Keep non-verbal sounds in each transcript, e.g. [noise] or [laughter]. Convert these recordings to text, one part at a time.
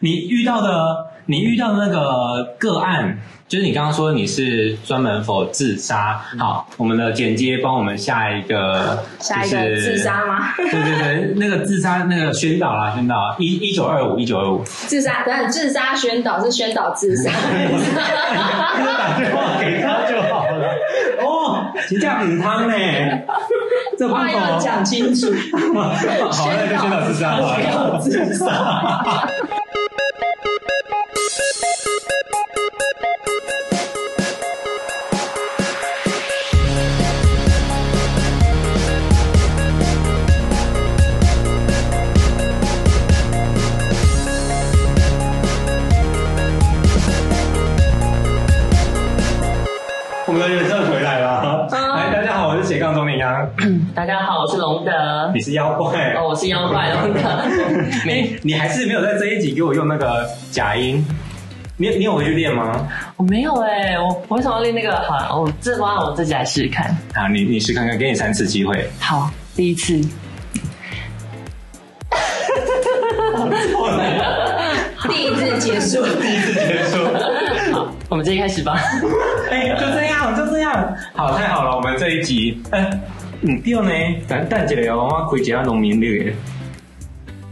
你遇到的，你遇到的那个个案，就是你刚刚说你是专门否自杀。嗯好，我们的剪接帮我们下一个，下一就个是自杀吗？ [laughs] 对对对，那个自杀那个宣导啦，宣导一一九二五一九二五，自杀，等等，自杀宣导是宣导自杀。就打电话给他就好了。哦，请假很汤欸呢， [laughs] 这啊不话要讲清楚。好，那就宣导自杀吧。宣导自杀。我们的人设回来了。来，哎大家好，我是斜杠钟明阳，大家好，我是龙德。你是妖怪。哦，我是妖怪龙德。没，你还是没有在这一集给我用那个假音，你你有回去练 [laughs] 吗？我没有哎、我我为什么要练那个？好，我这我让我自己来试试看。啊，你你试看看，给你三次机 [laughs] [laughs] 会。好，第一次。第一次结束，第一次结束，我们直接开始吧。 [laughs] 哎、就这样，就这样，好，太好了，我们这一集，哎、嗯，对呢，咱等一下，我开一下农民历的。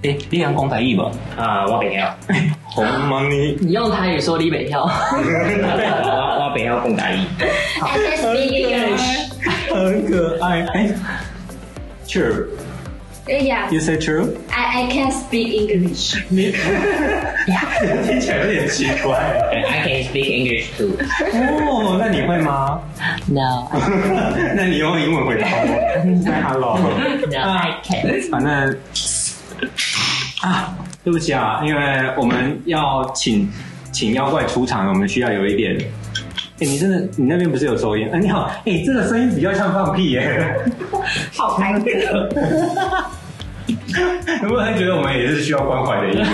哎、你讲讲台语 [laughs] 无？啊，我袂晓，红毛呢？你用台语说李北跳，我我袂晓讲台语。 SSB 很可爱。哎、t r u e 哎呀 you say true？ ，I I can speak English。你 [laughs] 听起来有点奇怪、 I can speak English too。哦，那你会吗？ No， [laughs] 那你用英文回答 [laughs] 我。嗨，hello。 I can't 反正啊，对不起啊，因为我们要请请妖怪出场，我们需要有一点。哎、你真的，你那边不是有抽烟？哎、你好，哎、这个声音比较像放屁耶、好难过。有没有人觉得我们也是需要关怀的一员？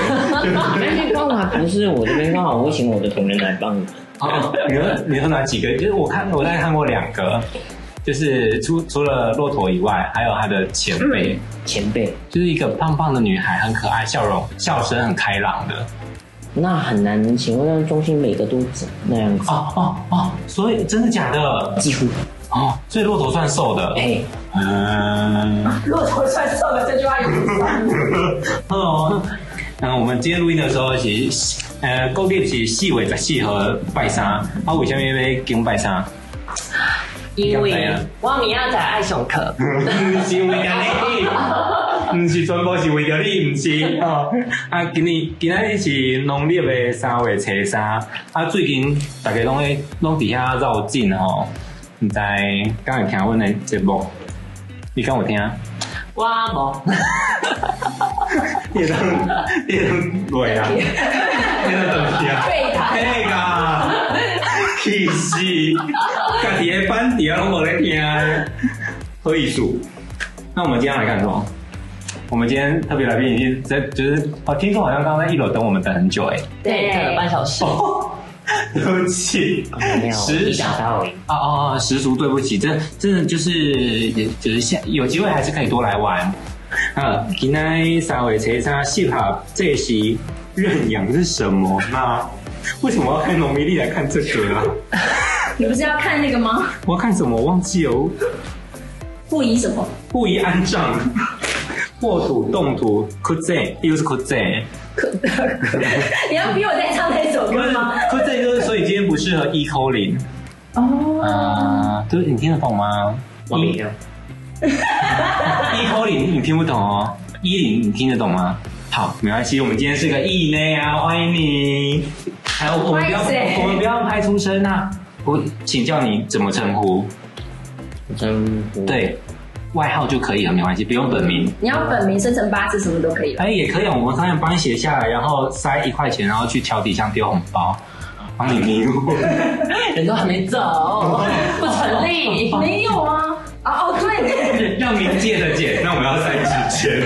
那刚好不是我这边，刚好我请我的同仁来帮你。哦你说你说哪几个？就是我看我大概看过两个，就是除除了骆驼以外，还有他的前辈，前辈，就是一个胖胖的女孩，很可爱，笑容笑声很开朗的。那很难，请问那中心每个都那样子？哦哦哦，所以真的假的？几乎，哦，所以骆驼算瘦的。哎，嗯，骆驼算瘦的这句话有点酸。 [laughs] 哦，嗯，我们今天录音的时候是，呃，固定是四月十四号拜三，啊，为什么要讲拜三？因为我明仔载爱上课。不是为着你，不是全部是为着你，不是哦。啊，今年今仔日是农历的三月初三，啊，最近大家拢咧拢伫遐绕境吼，毋知敢会听阮的节目？你敢有听？我无，你会当你会当累啊？你会当等听？对的，嘿噶，气死！家己的班底啊拢无咧听，何以数？那我们今天来干什么？我们今天特别来宾已经在，就是哦，听说好像刚刚在一楼等我们等很久哎、对，等了半小时。 [laughs] 对不起，没有，时一打到而已。啊啊啊！实足对不起，真真的就是就是下有机会还是可以多来玩。啊，今天三位谁三戏法这期认养是什么呢？为什么要看农民历来看这个啊？你不是要看那个吗？我要看什么？我忘记哦。不宜什么？不宜安葬，破土动土，kuze 又是 kuze，你要逼我再唱那首不歌是 [laughs] 吗？ kuze 就是所以今天不适合 e 扣零哦，啊，对，你听得懂吗？我没有，一扣零你听不懂哦，一零你听得懂吗？好，没关系，我们今天是个异类啊，欢迎你。还有，我们不要，欢迎谁我们不要拍出声啊。我请教你怎么称呼？真对，外号就可以了，没关系，不用本名。你要本名、生辰八字什么都可以了。哎，也可以，我们刚才帮你写下来，然后塞一块钱，然后去桥底下丢红包，帮你迷路。 [laughs] 人都还没走，不成 [laughs] 立。哦没有啊，哦哦对，让冥界的姐，那我们要三十钱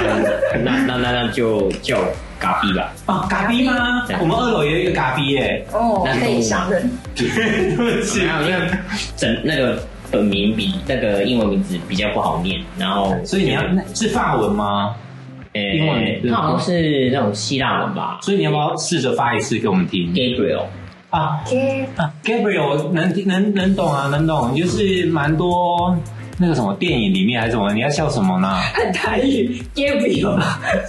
[laughs] 那那那那就叫嘎逼吧。啊？嘎逼吗？我们二楼也有一个嘎逼 [laughs] 耶。哦那可以想的。对不没起，有，因为整那个本名比那个英文名字比较不好念，然后所以你要哎那是法文吗？诶英文它好像是那种希腊文吧所以你要不要试着发一次给我们听，Gabriel。啊？ OK，啊，Gabriel 能听能能懂啊，能懂，就是蛮多那个什么电影里面还是什么，你要笑什么 [laughs] 呢？很台语，Gabriel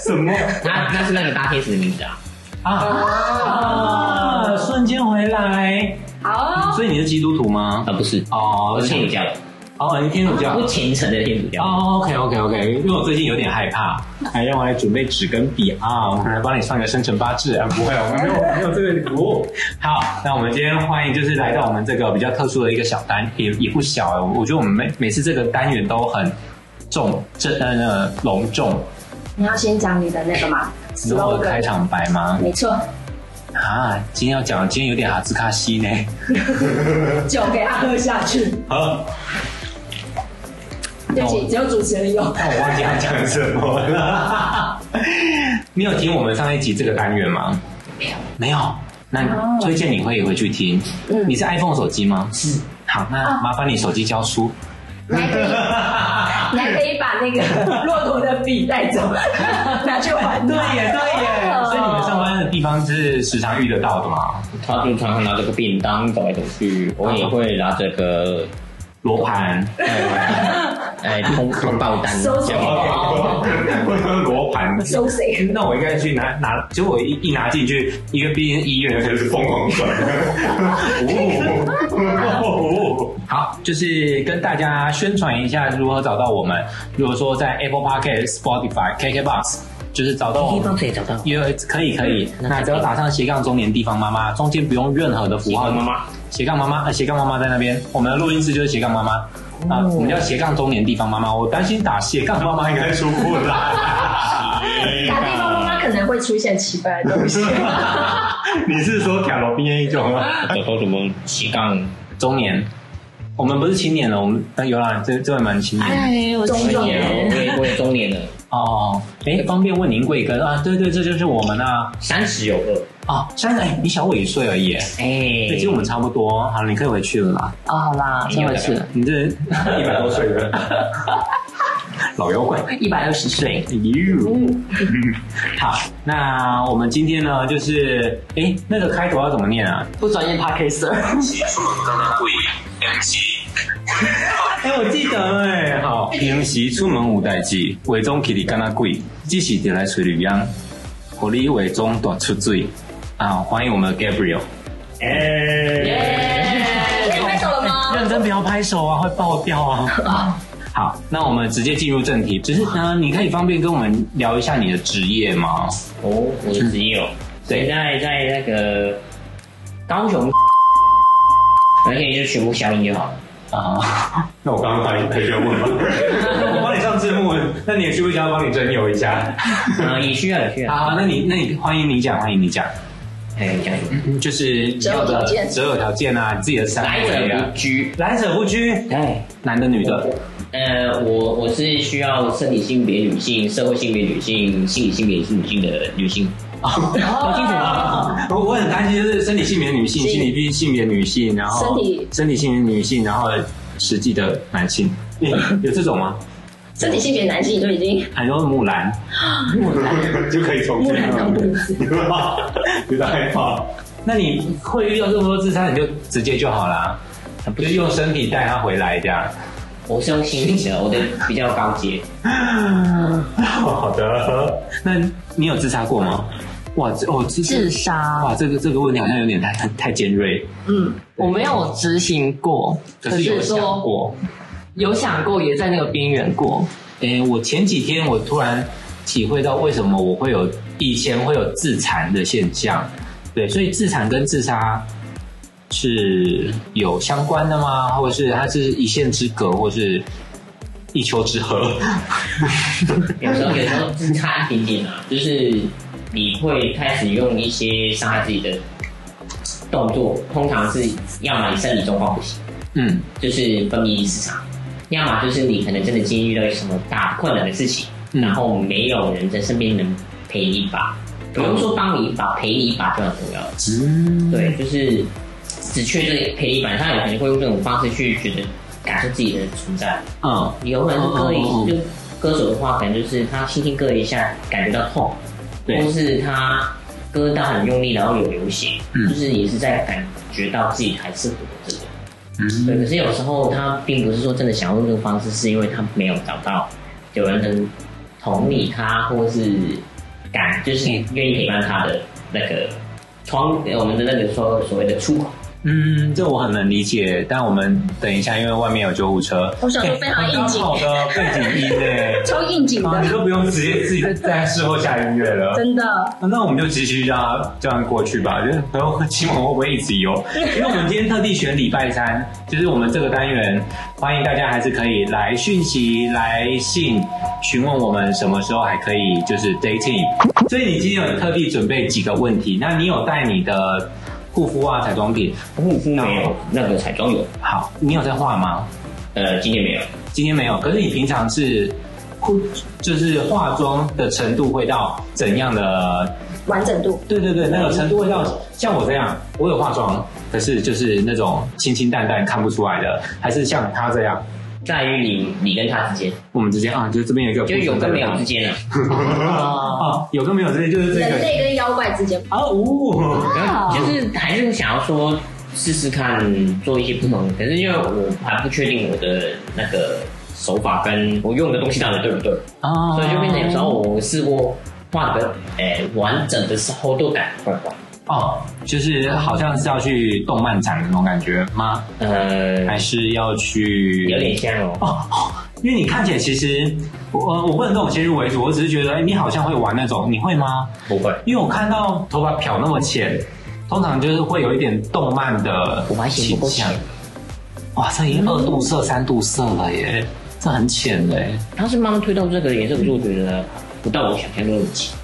什么他那是那个大天使的名字啊，啊？啊！啊，瞬间回来，好哦，所以你是基督徒吗？啊不是，哦我，是天主教，哦，你天主教不。虔诚的天主教。哦，OK OK OK，因为我最近有点害怕，还让我哎来准备纸跟笔啊，我来帮你算个生辰八字啊，不会，我们没有没有这个服务。 [laughs] 好，那我们今天欢迎就是来到我们这个比较特殊的一个小单，也也不小哎、我觉得我们每每次这个单元都很重，这呃隆重。你要先讲你的那个嘛你说我的开，slogan，场白吗？没错，啊，今天要讲，今天有点哈兹卡西呢。酒给他喝下去。好，对不起，只有主持人有。那我忘记要讲什么了。 [laughs] 你有听我们上一集这个单元吗？没有，哦没有。那推荐你会回去听。嗯你是 iPhone 手机吗？是。哦好，那麻烦你手机交出。你还可以， [laughs] 你还可以把那 [laughs] 个骆驼的笔带走，拿去还对耶，对耶。哦所以你们上班的地方是时常遇得到的嘛？他就常常拿着个便当走来走去，我也会拿着个 [laughs] 罗盘。哎通通报单搜索这样。哦我说 [laughs] 罗盘。收谁？那我应该去拿拿，结果我一一拿进去，一个毕竟医院开始疯狂转。哦，好，就是跟大家宣传一下如何找到我们。如果说在 Apple Podcast、Spotify、KKBox，就是找到我地们方。可以嗯找到，因为可以可以，那只要打上斜杠中年地方妈妈，中间不用任何的符号。妈妈，斜杠妈妈，呃斜杠妈妈在那边，我们的录音室就是斜杠妈妈啊，哦我们叫斜杠中年地方妈妈。我担心打斜杠妈妈应该出不来。 [laughs] 打地方妈妈可能会出现奇怪的东西。 [laughs] 你是说挑罗宾一种吗？走说什么斜杠？中年，我们不是青年了，我们呃有啦，这这位蛮青年的哎，我中我中也年我也我也中年了，哦。哎，方便问您贵庚啊？对对，这就是我们啊三十有二。哦啊，三十哎，你小我一岁而已，哎哎，其实我们差不多。好了，你可以回去了啦，啊，好啦，真回去了，你这一百多岁 [laughs] 的老妖怪。一百六十岁， You，好，那我们今天呢，就是哎，那个开头要怎么念啊？不专业 parker。哎、我记得哎、好，平时出门有代志，话中起你敢那贵，只是得来水里养，互你话中大出水啊！欢迎我们的 Gabriel，哎可以拍手了 [laughs] 吗？认真不要拍手啊，会爆掉啊！好，那我们直接进入正题，只是呢，你可以方便跟我们聊一下你的职业吗？哦，我的职业哦，对现在在那个高 [laughs] 雄，而且就全部消音就好了。啊，那我刚刚把你推荐问吗？ [laughs] 我帮你上字幕，那你也需不需要帮你征友一下？啊，也需要，也需 [laughs] 要。好，那你那你欢迎你讲，欢迎你讲，哎，这样子，嗯就是你要的择偶条件择偶条件啊，你自己的三来围者啊不。拒。来者不拒，哎，男的女的，呃，我我是需要身体性别女性、社会性别女性、心理性别也是女性的女性。哦好清楚吗？我我很担心就是身体性别女性，是心理性别女性，然后身体身体性别女性，然后实际的男性，有这种吗？身体性别男性就已经还有 [laughs] 木兰，就可以重木建兰 [laughs] 当了。公子，有点害怕，那你会遇到这么多自杀，你就直接就好啦，就用身体带他回来这样。我是用心理的，我的比较高阶。哦好的，那你有自杀过吗？哇，这哦，自自杀哇，这个这个问题好像有点太太太尖锐，我没有执行过，可是有想说过。有想过，也在那个边缘过。诶，我前几天我突然体会到为什么我会有以前会有自残的现象，对，所以自残跟自杀是有相关的吗？或者是它是一线之隔，或是一丘之貉？啊有时候有时候是差一点点啊，就是你会开始用一些伤害自己的动作，通常是要么你身体状况不行，嗯，就是分泌失常，要么就是你可能真的今天遇到一些什么大困难的事情，嗯然后没有人在身边能陪你一把，不用说帮你一把，陪你一把就很重要了。嗯，对，就是只缺这陪你一把，他有可能会用这种方式去觉得感受自己的存在。嗯，有可能是割一哦哦哦就歌手的话，可能就是他轻轻割一下感觉到痛，对或是他割到很用力，然后有流血，嗯就是也是在感觉到自己还是活着的。嗯，对，可是有时候他并不是说真的想用这个方式，是因为他没有找到有人能同理他，或是感就是愿意陪伴他的那个窗，呃我们的那个说所谓的出口。嗯，这我很能理解，但我们等一下，因为外面有救护车。我想说哎非常应很景，刚好的背景音诶 [laughs] 超应景啊，你的，都不用直接自己在事后下音乐了。真的。那我们就继续让它这样过去吧，就是然后新闻会不会一直有？因为我们今天特地选礼拜三，就是我们这个单元，欢迎大家还是可以来讯息、来信询问我们什么时候还可以就是 dating。所以你今天有特地准备几个问题，那你有带你的护肤啊、彩妆品？护肤没有，那个彩妆有，好，你有在画吗？呃，今天没有。今天没有，可是你平常是护，就是化妆的程度会到怎样的完整度，对对对，那个程度会到像我这样，我有化妆，可是就是那种清清淡淡看不出来的，还是像他这样，在于你你跟他之间，我们之间啊，就是这边有一个就有跟没有之间啊。哦啊，有跟没有之间就是这人个类跟妖怪之 [laughs] 间，啊呜，就是还是想要说试试看做一些不同的，可是因为我还不确定我的那个手法跟我用的东西到底对不对，啊所以就变成有时候我试过画的诶、完整的时候都感觉怪怪。哦，就是好像是要去动漫展的那种感觉吗？呃，还是要去有点像哦，哦，哦因为你看起来其实我呃我不能跟我先入为主，我只是觉得哎，你好像会玩那种，你会吗？不会，因为我看到头发漂那么浅，通常就是会有一点动漫的我还嫌倾不够向浅。哇，这已经二度色、三度色了耶，嗯这很浅嘞。他是慢慢推动这个颜色，可是我觉得不到我想象中的浅。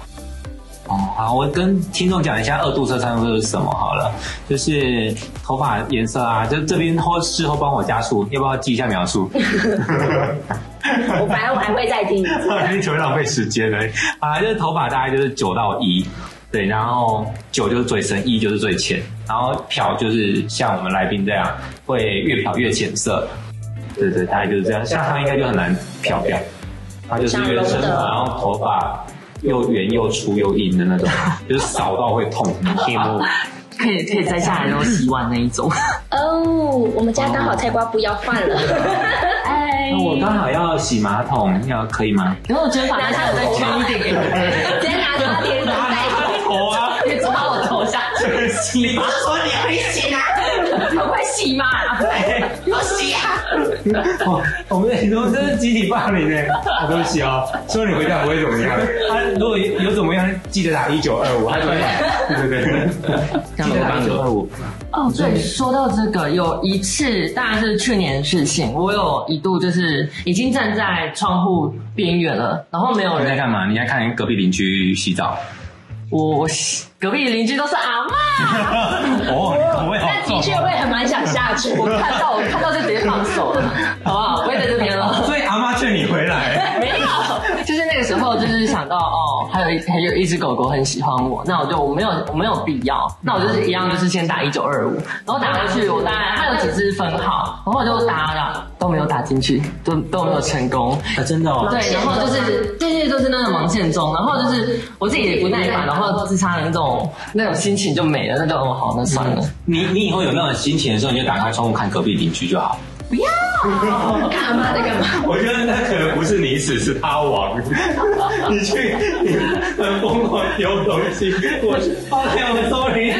哦，好，我跟听众讲一下二度色、三度色是什么好了，就是头发颜色啊，就这边后事后帮我加速，要不要记一下描述？我反正我还会再听一 [laughs] 次。你只会浪费时间嘞。啊，就是头发大概就是九到一，对，然后九就是最深，一就是最浅，然后漂就是像我们来宾这样，会越漂越浅色。对对，大概就是这样。像他应该就很难漂掉，他就是越深，然后头发又圆又粗又硬的那种，就是扫到会痛，很羡慕。可以可以摘下来然后洗碗那一种。哦，我们家刚好菜瓜布要换 [laughs] 了，哎那我刚好要洗马桶，要可以吗？ [laughs] 然后我卷发拿下还我有的再头圈一点给 [laughs] 我，直接拿擦边灯塞头啊！你抓我头下去洗吧。好快洗嘛！ [laughs] 哦，我们你说这是集体霸凌哎！好对不起哦，说你回答不会怎么样。他如果有怎么样，记得打一九二五，他就会对对对，像我刚有五。哦，对，说到这个，有一次当然是去年的事情，我有一度就是已经站在窗户边缘了，然后没有你在人，干嘛？你在看隔壁邻居洗 [laughs] 澡？我我隔壁邻居都是阿嬷，哦，你口味好但的确会很蛮想下去，我看到我看到就直接放手了，好不好？不会在这边了。所以阿妈劝你回来。没有，就是那个时候，就是想到哦，还有一还有一只狗狗很喜欢我，那我就我没有我没有必要，那我就是一样，就是先打一九二五，然后打过去，我大概它有几只分号，然后我就打了，都没有打进去，都都没有成功。啊，真的哦，对，然后就是对嗯对，就是那个忙线中，然后就是我自己也不耐烦，然后自杀的那种那种心情就没了，那就哦好，那算了。你你以后有那种心情的时候，你就打开窗户看隔壁邻居就好。看阿妈在干嘛？我觉得那可能不是你死，是他 [laughs] 亡。你去，你很疯狂丢东西，我我 sorry，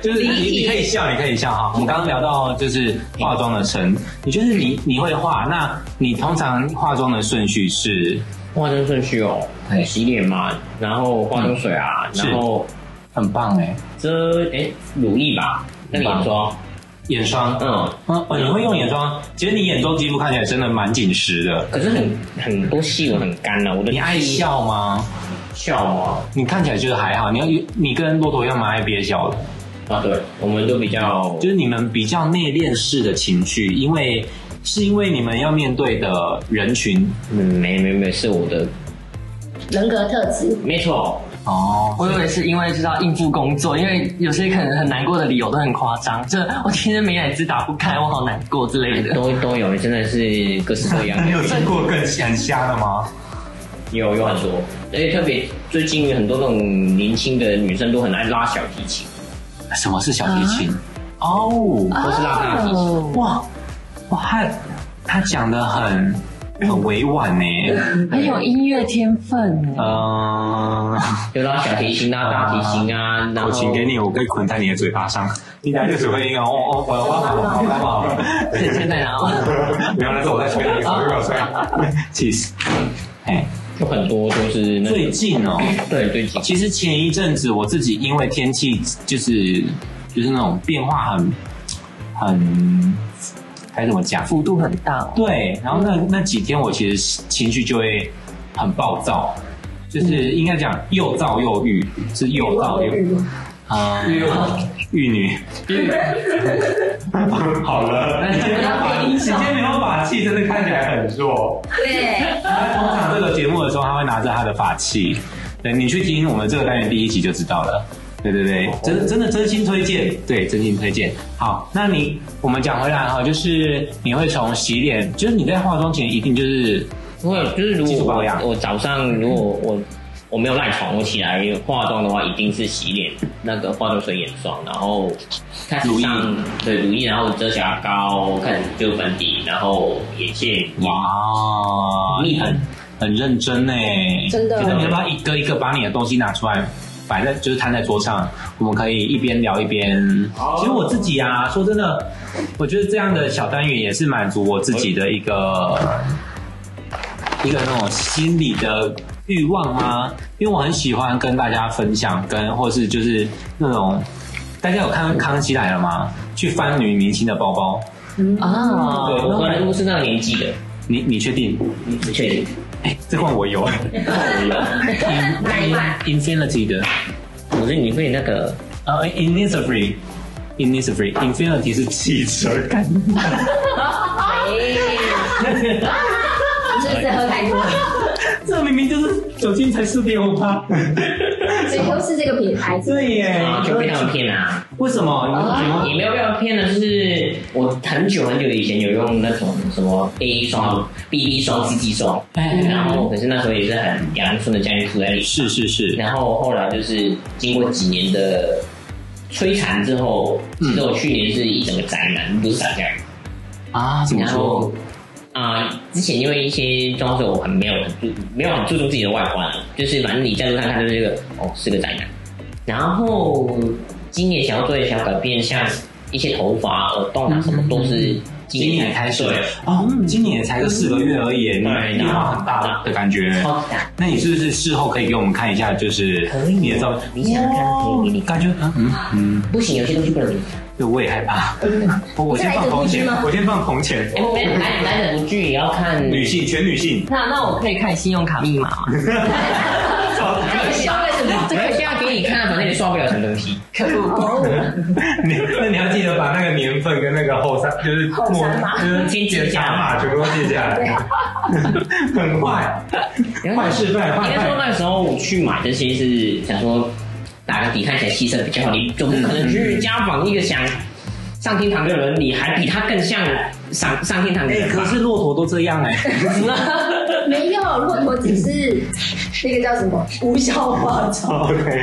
就是 [laughs] 你你可以笑，你可以笑哈。我们刚刚聊到就是化妆的程，你就是你你会化，那你通常化妆的顺序是化妆顺序哦，洗脸嘛，然后化妆水啊，是然后很棒哎、遮诶乳液吧，那个眼妆，眼霜，嗯，嗯，哦，你会用眼霜？其实你眼周肌肤看起来真的蛮紧实的。可是很很多细纹很干啊了、我的你爱笑吗？笑啊吗？你看起来就是还好，你要你跟骆驼一样蛮爱憋笑的，啊，对，我们都比较就是你们比较内敛式的情绪，因为是因为你们要面对的人群嗯，没没没，是我的，人格特质，没错，哦，我以为是因为知道应付工作，因为有些可能很难过的理由都很夸张，就 [laughs] 我今天美乃滋打不开，我好难过之类的。 [laughs] 都都有，真的是各式各样 [laughs] 那你有的，听过更很瞎的吗？有有很多，而且特别最近很多那种年轻的女生都很爱拉小提琴，什么是小提琴？哦，或是拉大提琴，哇哇，他他讲的很很委婉呢。很有音乐天分哎嗯，就拉小提琴、拉大提琴啊，然口后琴给你，我可以捆在你的嘴巴上，你俩就只会音哦哦，我我好了，我好了，现在在哪吗？没有，那是我在吹，你不要吹，气死！哎，有很多都是那最种近哦，对最近其实前一阵子我自己因为天气就是就是那种变化很很该怎么讲，幅度很大哦，对，然后那那几天我其实情绪就会很暴躁，就是应该讲又躁又郁，是又躁又啊郁女。 [laughs] [laughs] 好了， [laughs] 你今天把你今天没有把气，真的看起来很弱。对，他通常哦这个节目的时候，他会拿着他的法器。对你去听我们这个单元第一集就知道了。对对对，真真的真心推荐，对，真心推荐。好，那你我们讲回来哈，就是你会从洗脸，就是你在化妆前一定就是我有就是如基础果保养我我早上如果我我没有赖床，我起来化妆的话，一定是洗脸那个化妆水、眼霜，然后开始上对乳液，然后遮瑕膏，开始就粉底，然后眼线、哇，你很很认真欸呢，真的就是你要不要一个一个把你的东西拿出来，摆在就是摊在桌上，我们可以一边聊一边。其实我自己啊，说真的，我觉得这样的小单元也是满足我自己的一个一个那种心理的欲望吗？因为我很喜欢跟大家分享，跟或是就是那种。大家有看《康熙来了》吗？去翻女明星的包包，啊，对我本来不是那个年纪的，你你确定？你不确定？哎、这罐我有，这罐我有。哪一款 In, infinity 的，我是你会那个呃、i n i s f r e e i n i s f r e e i n f i n i t y 是汽车，干这是喝太多，这明明就是酒精才四点五趴。所以都是这个品牌子。对耶啊，，就被他们骗了啊。为什么？你们你们也没有被他们骗的，就是我很久很久以前有用那种什么 A 霜、BB 霜、CC 霜，然后可是那时候也是很阳春的家庭住在里，嗯是是是，然后后来就是经过几年的摧残之后，其实我去年是一整个宅男，不是宅男。啊，怎么然后说？啊、之前因为一些装修，我很没有很注没有很注重自己的外观啊，就是反正你在路上看就是这个哦是个宅男。然后今年想要做一些小改变，像一些头发、耳洞嗯啊什么都是今今年年才开始对，哦，今年才个四个月而已，你对变化很大的感觉。超级大。那你是不是事后可以给我们看一下，就是可以你的照片？你想看可以给你感觉嗯嗯嗯，不行，有些东西不能理。对，我也害怕。我我先再来一放个铜故事钱吗，我先放铜钱。哎、男哦男男的不具也要看女性，全女性。那那我可以看信用卡密码吗？那你烧了什么？没关系要给你看，啊反正你刷不了什么东西。可恶！ [laughs] 你那你要记得把那个年份跟那个后三就是后三码就是先记检一下啊查码全部都记下来， [laughs] 很快，然后快示范，应快该说快。那时候我去买这些是想说打个底看起来气色比较好，你嗯总不可能去家访一个想上天堂的人，你还比他更像上上天堂的哎、人吧？可是骆驼都这样哎、没有，骆驼只是那个叫什么无效化妆。 OK，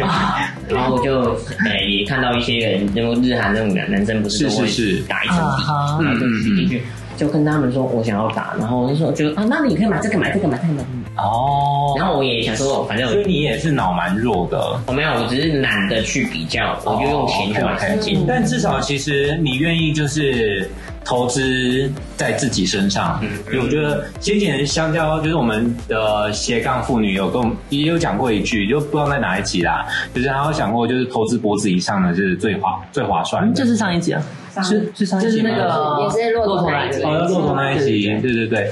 然后我就呃也看到一些人，那种日韩那种男男生不是都是会是是打一层底，啊哈然后就挤嗯进去。就跟他们说我想要打，然后我就说就啊，那你可以买这个买这个买这个买这个。哦，然后我也想说，反正所以我你也是脑蛮弱的。我没有，我只是懒得去比较，哦我就用钱去买时间。嗯但至少其实你愿意就是投资在自己身上，嗯所以我觉得先前香蕉就是我们的呃斜杠妇女有跟我们也有讲过一句，就不知道在哪一集啦，就是她有讲过就是投资脖子以上的是最划最划算的，就是啊上一集啊，是是上一集，就是那个也是骆驼那一集哦，要骆驼那一集，对对对。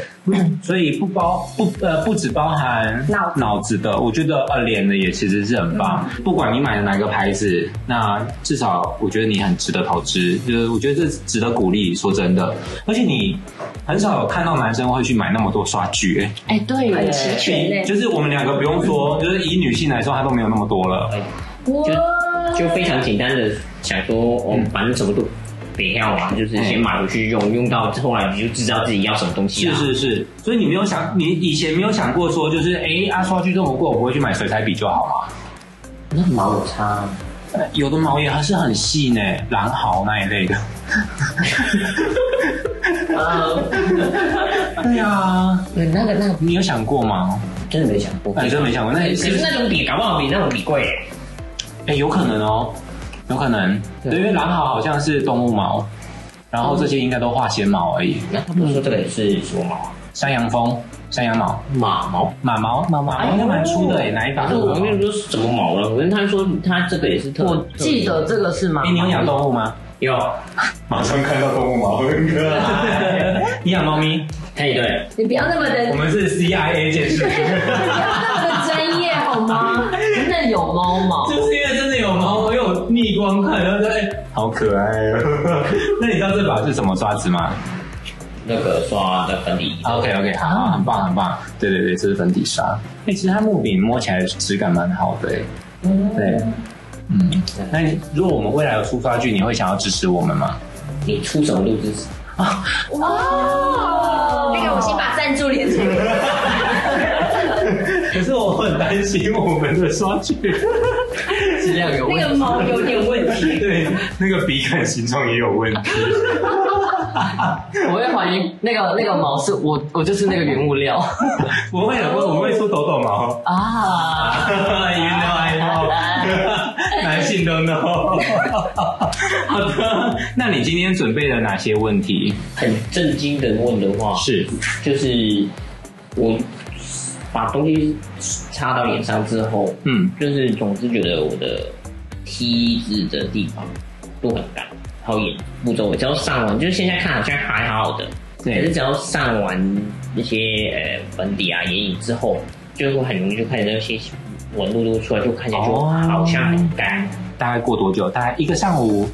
所以不包不呃不只包含脑子脑子的，我觉得呃脸的也其实是很棒。不管你买的哪个牌子，那至少我觉得你很值得投资，就是我觉得这值得鼓励。说真的，而且你很少有看到男生会去买那么多刷具、欸哎，对耶，齐全呢，就是我们两个不用说，就是以女性来说，她都没有那么多了。哇，就非常简单的想说，我、们反正什么都别要嗯嘛，就是先买回去用，用到后来你就知道自己要什么东西是了。是是，所以你没有想，你以前没有想过说，就是哎，啊，刷具这么贵，我不会去买水彩笔就好了。那毛有差，有的毛也还是很细呢，狼毫那一 [laughs] 类的。对啊，那那个那个你有想过吗？真的没想过。哎你真没想过？那可也是那种笔搞不好比那种笔贵耶，哎、有可能哦，有可能，对，因为狼毫好像是动物毛，然后这些应该都化纤毛而已。那他们说这个也嗯是什么毛啊？山羊峰、山羊毛、马毛。马毛、马毛应该蛮粗的哎，哪一把反正都我有。没有说什么毛了，可是他说他这个也是特。我记得这个是吗哎、？你有养动物吗？有，马上看到动物毛很可爱。 [laughs] 你养猫咪？哎对，你不要那么的，我们是 CIA 见 [laughs] 识，不要那么的专业好吗？真的有猫毛？就是因为真的有猫，我有逆光看，然后就哎，好可爱哦。 [laughs] 那你知道这把是什么刷子吗那个刷的粉底。 ？OK OK，好，很棒很棒。对对对，这是粉底刷。哎、其实它木柄摸起来质感蛮好的哎、对，嗯。那你如果我们未来有出刷具，你会想要支持我们吗？你出什么路子？哦，那个我先把赞助连接给你。可是我很担心我们的刷具，质量有问那题。个毛有点问题， [laughs] 对，那个笔杆形状也有问题。我会怀疑那个那个毛是我我就是那个原物料不会的，我我会出抖抖毛。[laughs] [laughs] 啊。 you know I know，男性都 know。好的，那你今天准备了哪些问题？很震惊的问的话，是就是我把东西擦到脸上之后，嗯，就是总是觉得我的 T 字的地方都很干，然后眼部周围，只要上完，就是现在看好像还好的，可是对，只要上完那些呃粉底啊、眼影之后，就会很容易就看始那些纹路都出来，就看起来就哦好像很干。大概过多久？大概一个上午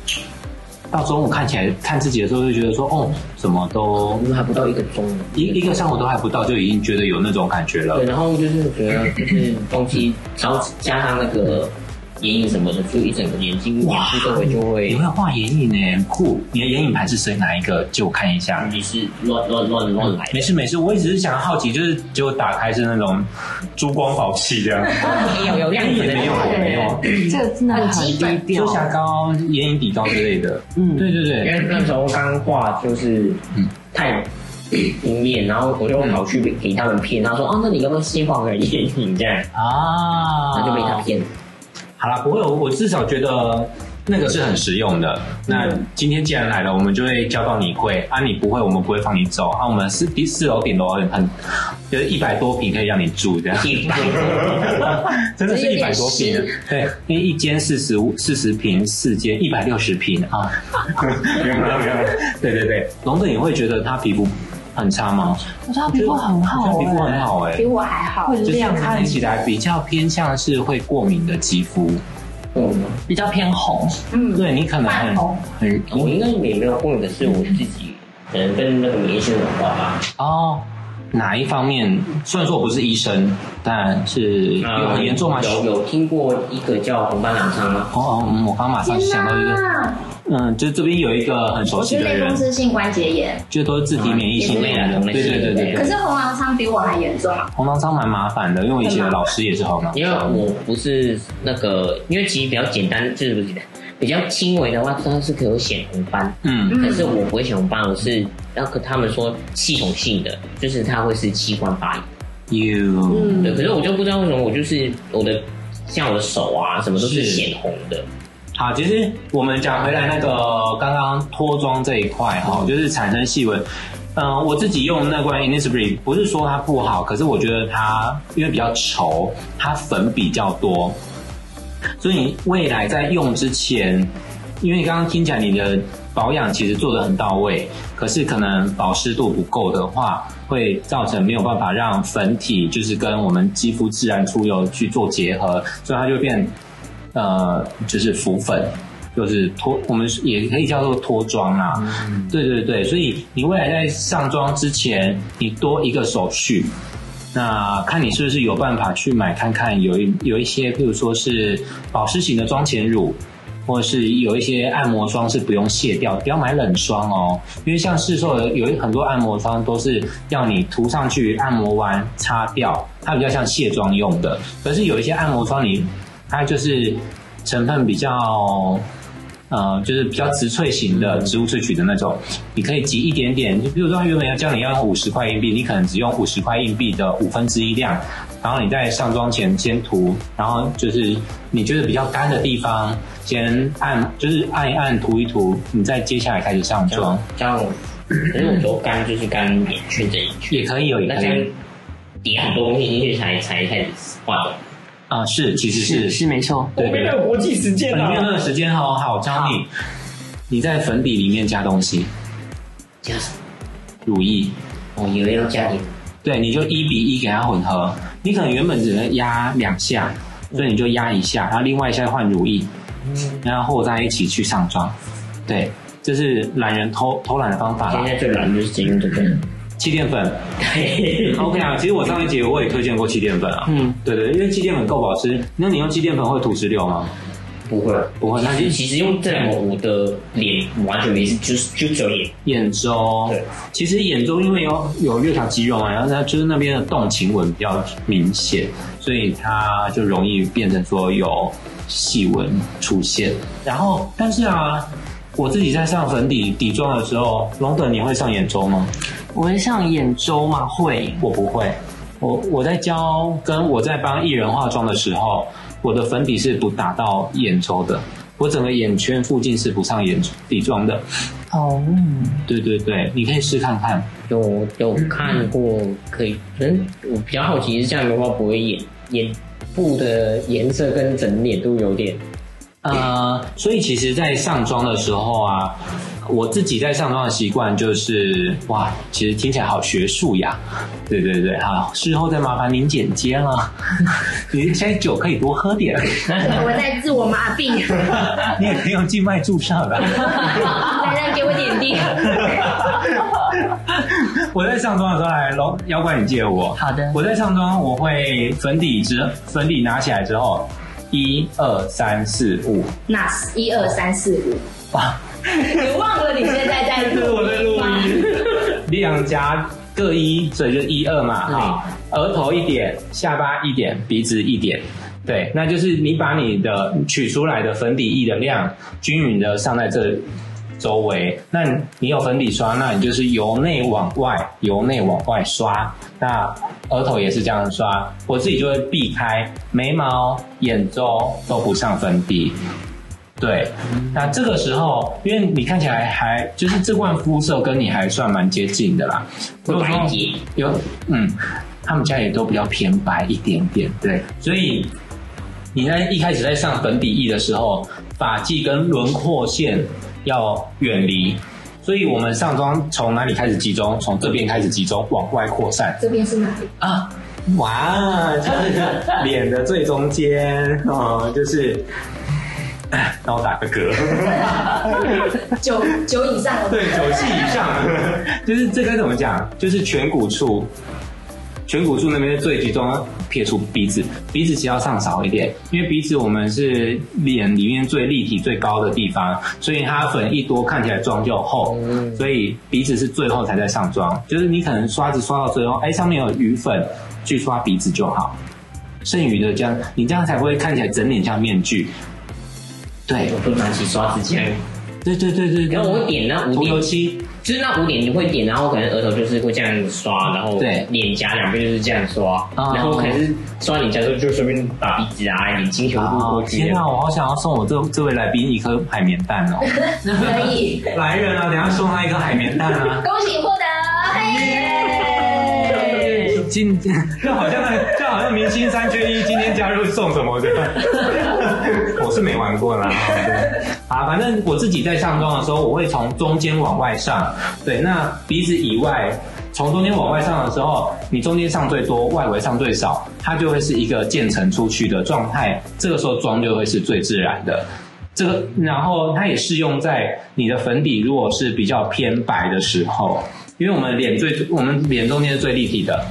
到中午看起来看自己的时候，就觉得说，哦，怎么都我们还不到一个钟，一一个上午都还不到，就已经觉得有那种感觉了对，。然后就是觉得就是东西，然后加上那个眼影什么的，就一整个眼睛哇眼部周围就你会会画眼影呢，很酷！你的眼影盘是谁哪一个？借我看一下。你啊是乱乱乱乱来的没。事没事，我只是想好奇，就是结果打开是那种珠光宝气这样，有有啊亮也没有也没有。这个真的很啊低调遮。瑕膏、眼影底膏之类的。嗯，对对因对，为那时候刚画就是嗯太迎面，然后我就跑去给他们骗，他说啊，那你要不要先画个眼影这样？啊，然后就被他骗了。好啦，不会，我我至少觉得那个是很实用的。那嗯今天既然来了，我们就会教到你会啊，你不会，我们不会放你走啊。我们是第四楼顶楼很很，就是一百多平可以让你住这样。一百 [laughs] 真的是一百多平，啊对，因为一间四十五四十平，四间一百六十平啊。没有没有没有，对对对，龙哥，你会觉得他皮肤很差吗？我觉得他皮肤很好他哎，皮肤很好哎、比我还好，就是看起来比较偏向是会过敏的肌肤，嗯，比较偏红。嗯，对你可能半很红很我应该也没有过，可是我自己可能跟那个年轻人化吧，哦。哪一方面？虽然说我不是医生，但是嗯有啊很严重吗？有有听过一个叫红斑狼疮吗？哦哦，嗯，我刚马上就想到就是，啊，嗯，就这边有一个很熟我悉是的类人风，湿性关节炎，就都是自体免疫性类的，对对对对可对。是红狼疮比我还严重啊。红囊疮蛮麻烦的，因为我以前的老师也是红囊因为疮。我不是那个，因为其实比较简单，就是不是简单，比较轻微的话，它是可以有显红斑。嗯，可是我不会想办，我是那个他们说系统性的，就是它会是器官发炎。 you 嗯对，可是我就不知道为什么，我就是我的像我的手啊，什么都是是显红的。好，其实我们讲回来那个刚刚脱妆这一块哈，就是产生细纹。嗯，我自己用那罐 Innisfree 不是说它不好，可是我觉得它因为比较稠，它粉比较多，所以你未来在用之前，因为你刚刚听起来你的保养其实做的很到位，可是可能保湿度不够的话，会造成没有办法让粉体就是跟我们肌肤自然出油去做结合，所以它就变呃就是浮粉。就是脱，我们也可以叫做脱妆啦、对对对，所以你未来在上妆之前，你多一个手续，那看你是不是有办法去买看看有一有一些，譬如说是保湿型的妆前乳，或者是有一些按摩霜是不用卸掉，不要买冷霜哦，因为像市售的有一很多按摩霜都是要你涂上去，按摩完擦掉，它比较像卸妆用的。可是有一些按摩霜你它就是成分比较。呃，就是比较植萃型的植物萃取的那种，你可以挤一点点，就比如说它原本要教你要用五十块硬币，你可能只用五十块硬币的五分之一量，然后你在上妆前先涂，然后就是你觉得比较干的地方先按，就是按一按涂一涂，你再接下来开始上妆像我，可是我觉得干就是干眼圈这一圈，也可以有，也那可这样以叠很多东西进去才才开始化妆。啊、是其实是是没错，哦对我没有国际实践你没有那啊，个时间哦好好，我教你，你在粉底里面加东西，加什么？乳液。我以为要哦加点对，你就一比一给它混合。你可能原本只能压两下，所以你就压一下，然后另外一下换乳液，然后和在一起去上妆。对，这是懒人偷偷懒的方法现啦。在最难就是这个对不气垫粉对？ ，OK 啊。其实我上一节我也推荐过气垫粉啊。嗯，对对，因为气垫粉够保湿。那你用气垫粉会吐石榴吗？不会， [laughs] 不会，那其实就其实用这两个我的脸完全没事，就是就只有眼。眼周对。其实眼周因为有有六条肌肉嘛，然后它就是那边的动情纹比较明显，所以它就容易变成说有细纹出现。然后，但是啊，我自己在上粉底底妆的时候，龙等你会上眼周吗？我会像眼周嘛会，我不会。我我在教跟我在帮艺人化妆的时候，我的粉底是不打到眼周的，我整个眼圈附近是不上眼底妆的。哦，对对对，你可以试看看。有有看过，可以，可能我比较好奇是这样的话，不会眼眼部的颜色跟整脸都有点呃，所以其实，在上妆的时候啊，我自己在上妆的习惯就是，哇，其实听起来好学术呀。对对对，好，事后再麻烦您剪接了。您现在酒可以多喝点， [laughs] 我在自我麻痹，你也可以用静脉注射的。来来，给我 [laughs] 点滴。我在上妆的时候，来龙妖怪，你借我。好的我在上妆，我会粉底之粉底拿起来之后，一二三四五，那一二三四五，哇，你忘了你现在在录我在录音，两颊各一，所以就一二嘛，好，额头一点，下巴一点，鼻子一点，对，那就是你把你的取出来的粉底液的量均匀的上在这周围。那你有粉底刷，那你就是由内往外，由内往外刷。那额头也是这样刷，我自己就会避开眉毛、眼周都不上粉底。对，那这个时候，因为你看起来还就是这罐肤色跟你还算蛮接近的啦，会白一说点。有嗯，他们家也都比较偏白一点点，对，所以你在一开始在上粉底液的时候，发际跟轮廓线要远离。所以我们上妆从哪里开始集中？从这边开始集中，往外扩散。这边是哪里？啊，哇，就是脸的最中间，哦，就是，哎让我打个嗝。九九以上了。对，九七以上， [laughs] 就是这该怎么讲？就是颧骨处，颧骨处那边最集中，撇除鼻子，鼻子其实要上少一点，因为鼻子我们是脸里面最立体、最高的地方，所以它粉一多，看起来妆就厚，嗯所以鼻子是最后才在上妆，就是你可能刷子刷到最后，哎，上面有余粉，去刷鼻子就好。剩余的这样，你这样才会看起来整脸像面具。对，哎我会拿起刷子这嗯样，对对对对对。然后我会点那五涂点油，漆，就是那五点你会点，然后可能额头就是会这样刷，然后对脸颊两边就是这样刷，哦然后可能是刷脸颊的时候就随便把鼻子啊、眼睛全部过哦，去天这啊，样。我好想要送我这这位来宾一颗海绵蛋哦！可以， [laughs] 来人啊，等一下送他一颗海绵蛋啊！恭喜获得。嘿今 [laughs] 就好像那就好像明星三缺一，今天加入送什么的，我我是没玩过啦。对啊，反正我自己在上妆的时候，我会从中间往外上。对，那鼻子以外，从中间往外上的时候，你中间上最多，外围上最少，它就会是一个渐层出去的状态。这个时候妆就会是最自然的。这个，然后它也适用在你的粉底，如果是比较偏白的时候，因为我们脸最，我们脸中间是最立体的，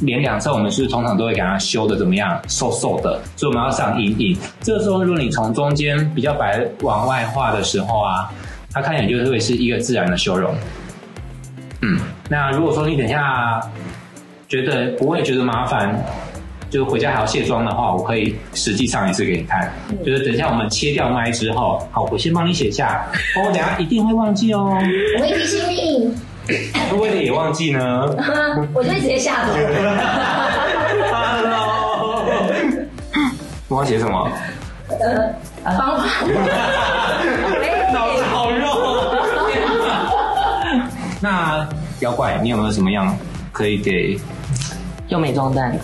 脸两侧我们是不是通常都会给它修的怎么样，瘦瘦的，所以我们要上阴影。这个时候，如果你从中间比较白往外画的时候啊，它看起来就会是一个自然的修容。嗯，那如果说你等一下觉得不会觉得麻烦，就是回家还要卸妆的话，我可以实际上一次给你看。就是等一下我们切掉麦之后，好，我先帮你写下，哦，我等一下一定会忘记哦。我会提醒你， [laughs] 如果你也忘记呢我就会直 [laughs] 接 [laughs] 吓走。 ？Hello，我要写什么？呃，[laughs] 方法。哎，好肉。那妖怪，你有没有什么样可以给用美妆蛋，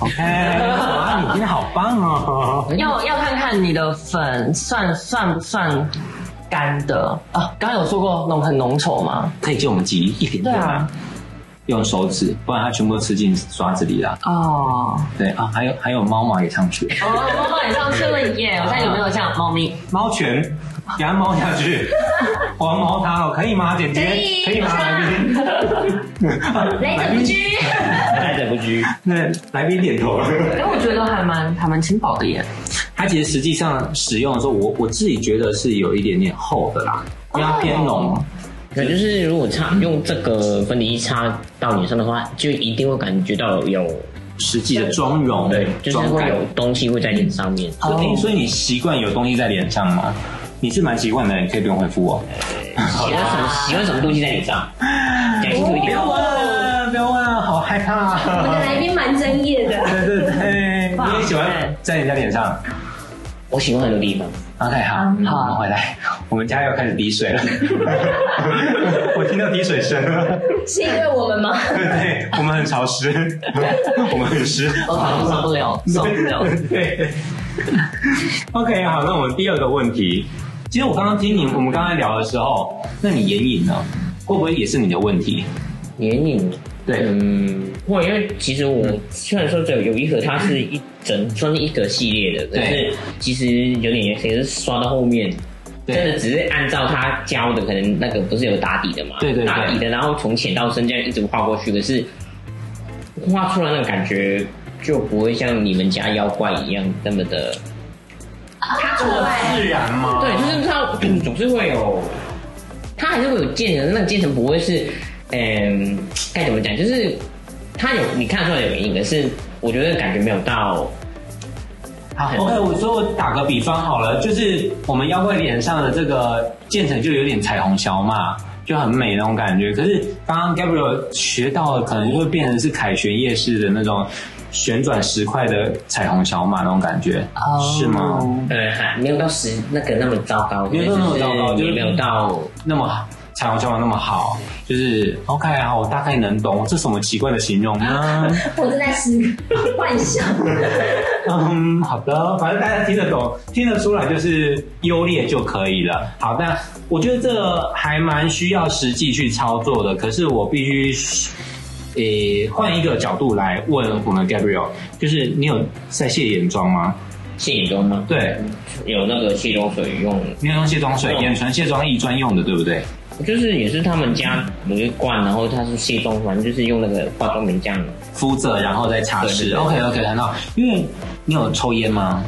？OK，哇，你今天好棒哦！要要看看你的粉算算不算干的啊？刚刚有说过浓很浓稠吗？可以借我们挤一点对点吗？啊，用手指，不然它全部都吃进刷子里了。哦，对啊，还有还有猫毛也上去，哦，猫猫也上去了耶！我看有没有像猫咪？猫拳给它猫下去，我要猫它了，可以吗？姐姐可以可以吗？来宾，来者不拒。 [laughs] 待着不拘，那来宾点头了。哎，我觉得还蛮还蛮轻薄的耶。它其实实际上使用的时候，我我自己觉得是有一点点厚的啦，因为它偏浓。可就是如果擦用这个粉底液擦到脸上的话，就一定会感觉到有实际的妆容，对，就是妆会感。有东西会在脸上面。所以、所以你习惯有东西在脸上吗？你是蛮习惯的，你可以不用回复我。喜欢什么喜欢什么东西在脸上？讲清楚一点。问，不要问，好害我 [laughs] 的怕。来宾蛮专业的，对对对，哇你也喜欢在人家脸上。我喜欢很多地方， OK，好，好，我们回来，我们家又开始滴水了。 [laughs] 我听到滴水声了。 [laughs] 是因为我们吗？对对，我们很潮湿， [laughs] 我们很哦湿。我好受哦不了，受不了。对。OK，好，那我们第二个问题，其实我刚刚听你我们刚才聊的时候，那你眼影呢，会不会也是你的问题？眼影。对嗯，会，因为其实我虽然说只有有一盒，它是一整算是一个系列的，可对是其实有点可是刷到后面，对真的只是按照它教的，可能那个不是有打底的嘛，对对对打底的，然后从浅到深这样一直画过去，可是画出来那个感觉就不会像你们家妖怪一样那么的，他除外，自然吗？对，就是它总是会有，它还是会有渐层，那个渐层不会是，嗯，该怎么讲？就是它有你看得出来有原因，可是我觉得感觉没有到。好，OK，我哎说我打个比方好了，就是我们妖怪脸上的这个渐层就有点彩虹小马，就很美那种感觉。可是刚刚 Gabriel 学到的，可能就会变成是凯旋夜市的那种旋转石块的彩虹小马那种感觉，是吗？呃，还没有到十那个那么糟糕，没有到那么糟糕就就是是也没有到那么好彩虹小马那么好，就是 OK 啊，我大概能懂这什么奇怪的形容呢？ [laughs] 我正在思幻想。嗯，好的，反正大家听得懂、听得出来就是优劣就可以了。好，那我觉得这个还蛮需要实际去操作的，可是我必须。诶，换一个角度来问我们 Gabriel，就是你有在卸眼妆吗？卸眼妆吗？，对，有那个卸妆水用，你有用卸妆水、嗯眼唇卸妆液专用的，对不对？就是也是他们家有一罐，然后它是卸妆，反正就是用那个化妆棉这样。敷着然后再擦对拭。对对 OK OK，很好。因为你有抽烟吗？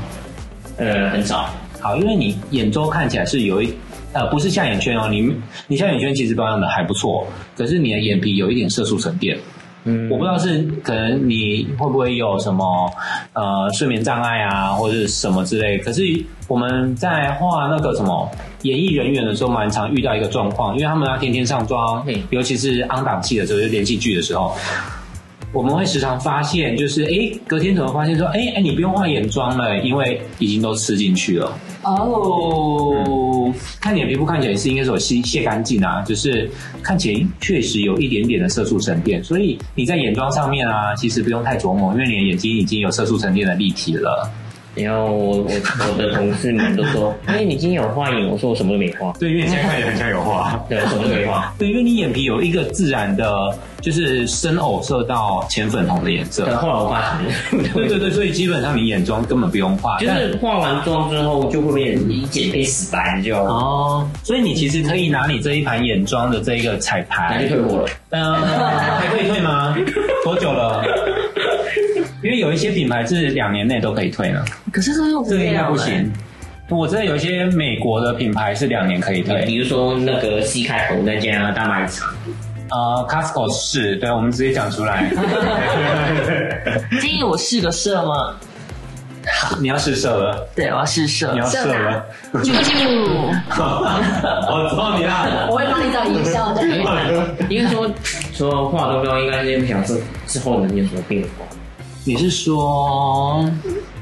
呃，很少，好，因为你眼周看起来是有一，呃，不是下眼圈哦，你你下眼圈其实保养的还不错，可是你的眼皮有一点色素沉淀。嗯我不知道是可能你会不会有什么呃睡眠障碍啊，或者是什么之类。可是我们在画那个什么演艺人员的时候，蛮常遇到一个状况，因为他们要天天上妆嗯，尤其是昂档期的时候，就连续剧的时候。我们会时常发现，就是诶，隔天怎么发现说，诶，诶你不用画眼妆了，因为已经都吃进去了。哦，看你的皮肤看起来是应该是有卸卸干净啊，就是看起来确实有一点点的色素沉淀，所以你在眼妆上面啊，其实不用太琢磨，因为你的眼睛已经有色素沉淀的立体了。然后我我我的同事们都说， [laughs] 哎、你今天有画眼，我说我什么都没画，对，因为你现在看起来很像有画。对，我什么都没画，对，因为你眼皮有一个自然的，就是深藕色到浅粉红的颜色对，。后来我画成，对对对，所以基本上你眼妆根本不用画，就但是画完妆之后就会变成一整片死白，就哦，所以你其实可以拿你这一盘眼妆的这一个彩那排就，退货了。嗯、还可以退吗？多久了？因为有一些品牌是两年内都可以退呢，可是这用这个应该样不欸行。我知道有一些美国的品牌是两年可以退，比如说那个 C 开头那家啊大卖场，呃，Costco 是，对，我们直接讲出 [laughs] 来。建议我试个色吗？你要试色了，对，我要试色你。要色了，啾啾，啊 [laughs] 我操你啦！我会帮你找营销的。应该说说化妆妆应该是想说之后能有什么变化。你是说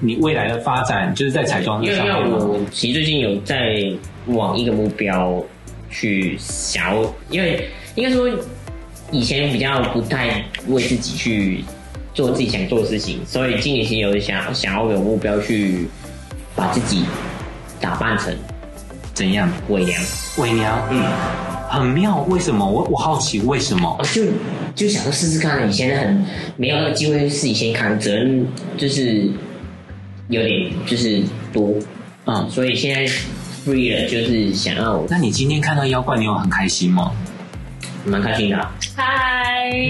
你未来的发展就是在彩妆因这为上因面为吗？我其实最近有在往一个目标去想要，因为应该说以前比较不太为自己去做自己想做的事情，所以今年其实有想想要有目标去把自己打扮成怎样？伪娘，伪娘，嗯，很妙。为什么？我我好奇为什么？哦，就就想说试试看，以前很没有那个机会试，以前扛责任就是有点就是多，嗯，所以现在 free 了，就是想要那你今天看到妖怪，你有很开心吗？蛮开心的啊、嗨，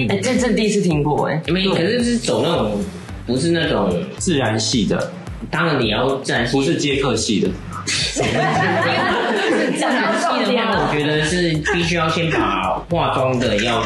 哎，这这第一次听过哎，没，可是是走那种不是那种，自然系的，当然你要站不是接客系的。讲到重的点话，我了。觉得是必须要先把化妆的要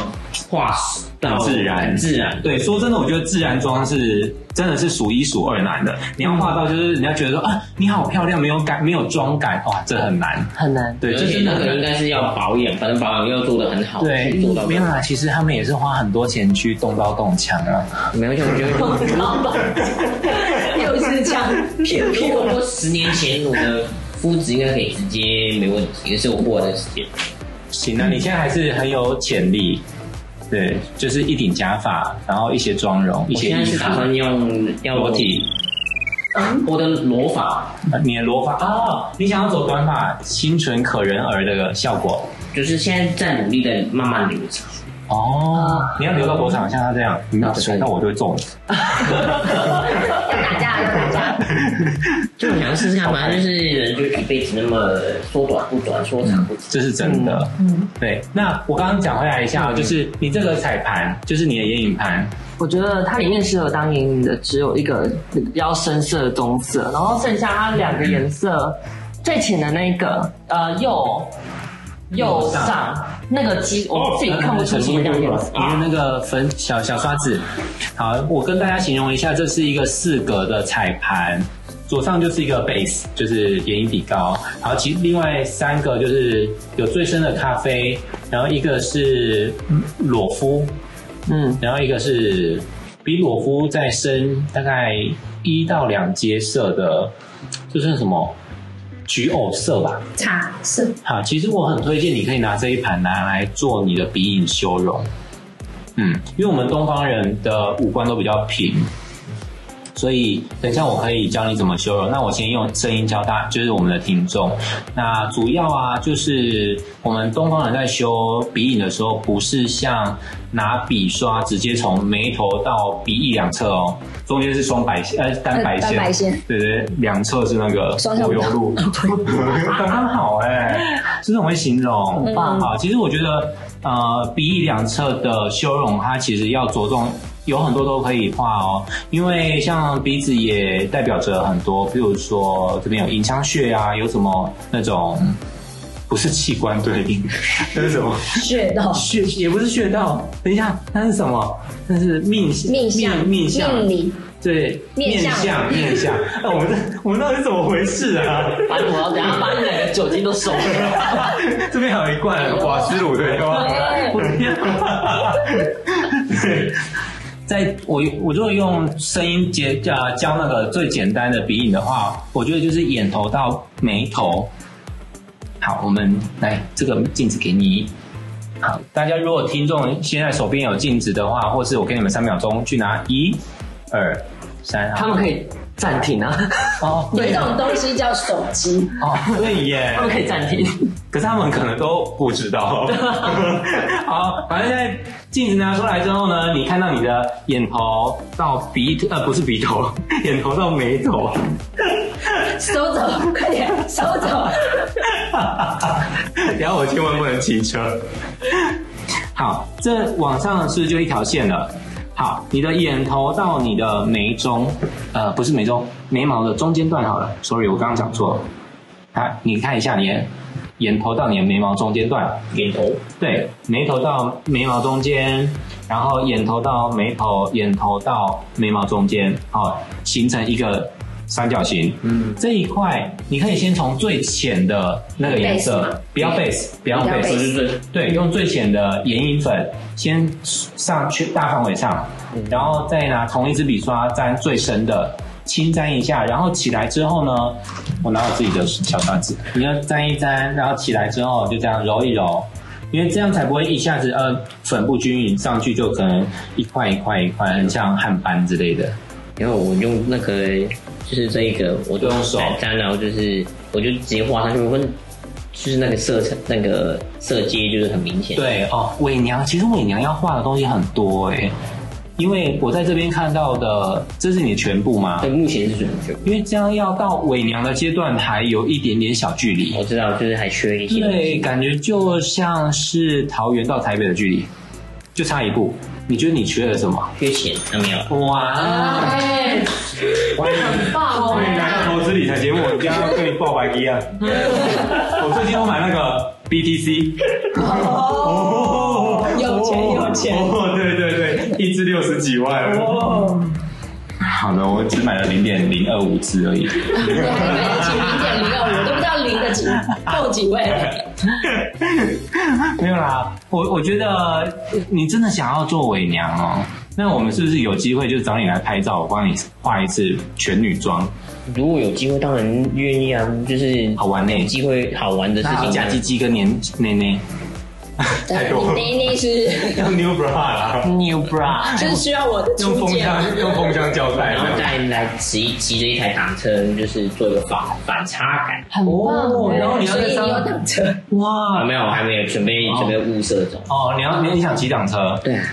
化到自然很自然。对，说真的，我觉得自然妆是真的是数一数二难的。你要画到就是人家觉得说啊，你好漂亮，没有感，没有妆感，哇，这很难。很难。对，而这且真的那很个难应。该是要保养，反正保养要做的很好，对去做到，没有啦，其实他们也是花很多钱去动刀动枪啊。没有，我觉得又是这样， [laughs] 如果说十年前我的肤质应该可以直接没问题，也是我过的时间。行啊，你现在还是很有潜力。对，就是一顶假发，然后一些妆容，一我些现在衣是服打，算用要裸体，我的裸法，呃你的裸发哦，你想要走短发，清纯可人儿的效果就是现在在努力的慢慢流长。哦。你要留到多长？像他这样，那那我就会中。要打架要打架，就我想试试看，反正就是人就一辈子那么说短不短，说长不长。这是真的。嗯，对。那我刚刚讲回来一下哦，就是你这个彩盘，就是你的眼影盘，我觉得它里面适合当眼影的只有一个比较深色的棕色，然后剩下它两个颜色，最浅的那一个呃右右上那个肌，哦我自己看不出什么样颜 [laughs] 色。你的那个粉小小刷子，好，我跟大家形容一下，这是一个四格的彩盘，左上就是一个 base，就是眼影底膏，然后其另外三个就是有最深的咖啡，然后一个是嗯裸肤，嗯，然后一个是比裸肤再深大概一到两阶色的，就是什么橘藕色吧，茶是好，其实我很推荐你可以拿这一盘拿来做你的鼻影修容。嗯，因为我们东方人的五官都比较平，所以等一下我可以教你怎么修容。那我先用声音教大，就是我们的听众。那主要啊，就是我们东方人在修鼻影的时候，不是像拿笔刷直接从眉头到鼻翼两侧哦，中间是双白线，呃，单白线，呃单白线对对，两侧是那个双向哦柏油道路，刚刚好哎、真的很会形容，嗯很棒好，其实我觉得，呃，鼻翼两侧的修容，它其实要着重。有很多都可以画哦，因为像鼻子也代表着很多，比如说这边有迎香穴啊，有什么那种不是器官对应，那是什么？穴道，穴也不是穴道，等一下，那是什么？那是命面相，命相命理，对面相相面相。那、我们这我们到底怎么回事啊？ [laughs] 反正我要等下把你两个酒精都收了。这边还有一罐哎瓦斯炉的药，我的天啊！对在我我如果用声音结呃教那个最简单的鼻影的话，我觉得就是眼头到眉头。好，我们来这个镜子给你。好，大家如果听众现在手边有镜子的话，或是我给你们三秒钟去拿一、二、三，好他们可以暂停啊， [laughs] 哦，有一种东西叫手机，哦，对耶他，们可以暂停。可是他们可能都不知道。好，反正现在镜子拿出来之后呢，你看到你的眼头到鼻头，呃，不是鼻头，眼头到眉头，收走，快点收走。然后我千万不能骑车。好，这往上是不是就一条线了？好，你的眼头到你的眉中，呃，不是眉中，眉毛的中间段好了。Sorry，我刚刚讲错了。好，你看一下你的眼头到你的眉毛中间段，眼头对，眉头到眉毛中间，然后眼头到眉头，眼头到眉毛中间，好，形成一个三角形。嗯，这一块你可以先从最浅的那个颜 Base 嘛色，不要 base，不要不要 base，不是最对，用最浅的眼影粉先上去大范围上，然后再拿同一支笔刷沾最深的，轻沾一下，然后起来之后呢，我拿我自己的小刷子，你要沾一沾，然后起来之后就这样揉一揉。因为这样才不会一下子呃粉不均匀，上去就可能一块一块一块，很像汗斑之类的。然后我用那个，就是这一个，我就用手沾，然后就是我就直接画上去，我跟就是那个色彩，那个色阶就是很明显。，对哦，伪娘其实伪娘要画的东西很多哎、因为我在这边看到的，这是你的全部吗？对，目前是准确。因为这样要到伪娘的阶段还有一点点小距离我，知道，就是还缺一些东对，西。感觉就像是桃园到台北的距离，就差一步。你觉得你缺了什么？缺钱，那、没有。哇！哎，很棒欢迎来到投资理财节目，我今天要跟你报 [laughs] 白一啊！我最近都买那个 BTC，哦，有钱有钱，哦，对对对，一支六十几万，哦好的，我只买了零点零二五只而已。你还买得起零点零二五，都不知道零得几，够几位？没有啦，我我觉得你真的想要做伪娘哦，那我们是不是有机会就找你来拍照，我帮你画一次全女装，如果有机会，当然愿意啊。就是好玩呢、有机会好玩的事那情，啊假鸡鸡跟年奶奶。哎你妮 [laughs] 妮是要 New Bra 啦， New 哎 bra，就是需要我的用出封剑，箱用封箱胶带然，后再来骑骑着一台挡车，就是做一个反反差感。很棒哎。哦然后你要哦所以在你上有挡车，哇啊，没有，我还没有准备准备物色中。哦，你要你想骑挡车？对啊。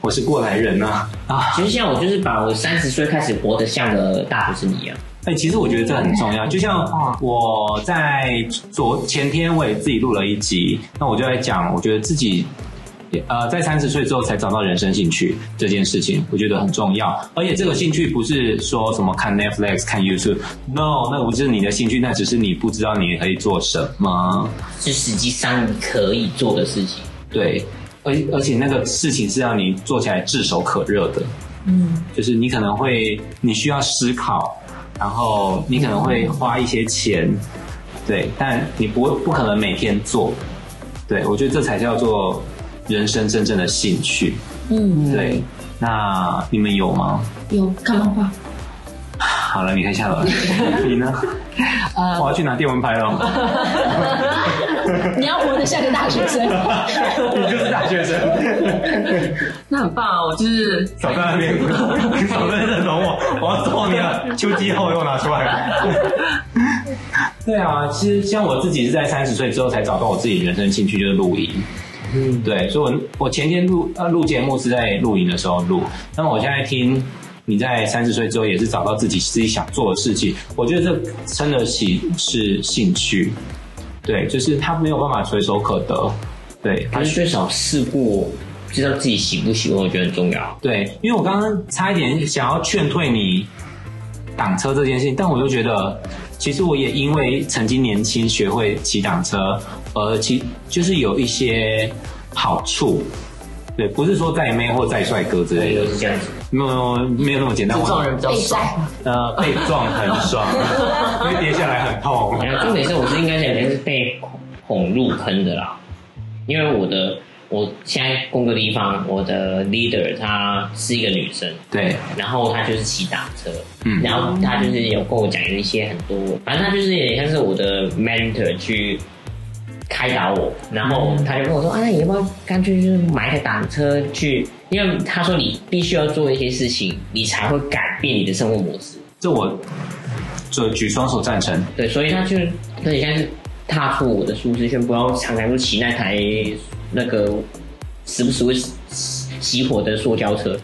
我是过来人呐啊！哎、其实像我就是把我三十岁开始活得像个大学生一样，哎其实我觉得这很重要。就像我在昨前天我也自己录了一集，那我就在讲，我觉得自己。呃，在三十岁之后才找到人生兴趣这件事情，我觉得很重要。而且这个兴趣不是说什么看 Netflix、看 YouTube，no，那不是你的兴趣，那只是你不知道你可以做什么。是实际上你可以做的事情。对，而而且那个事情是让你做起来炙手可热的。嗯，就是你可能会你需要思考，然后你可能会花一些钱，对，但你不会不可能每天做。对，我觉得这才叫做人生真正的兴趣。嗯，对，那你们有吗？有看漫画，好了，你可以下楼了。你呢？呃我要去拿电蚊拍了。嗯你要活得像个大学生，你就是大学生，那很棒啊！我就是少在那 [laughs] 边，少在那等我，我要揍你了！秋季后又拿出来了，对啊，其实像我自己是在三十岁之后才找到我自己人生兴趣，就是露营。嗯，对，所以我我前天录呃录节目是在露营的时候录，那么我现在听你在三十岁之后也是找到自己自己想做的事情，我觉得这撑得起是兴趣，对，就是它没有办法随手可得，对，还是最少试过，知道自己喜不喜欢，我觉得很重要。对，因为我刚刚差一点想要劝退你挡车这件事情，但我就觉得，其实我也因为曾经年轻学会骑挡车，而其就是有一些好处。对，不是说再妹或再帅哥之类的就，是这样子。没有没有那么简单。这种人比较被爽。摘，呃，被撞很爽，因为跌下来很痛。然后重点是，我是应该讲，应是被哄入坑的啦。因为我的我现在工作地方，我的 leader 她是一个女生，对，然后她就是骑挡车，嗯然后她就是有跟我讲一些很多，反正她就是有点像是我的 mentor 去开导我，然后他就跟我说：“啊，那你要不要干脆就是买个挡车去？因为他说你必须要做一些事情，你才会改变你的生活模式。这我就举双手赞成。对，所以他就有点像是踏出我的舒适圈，不要常常就骑那台那个时不时会熄火的塑胶车，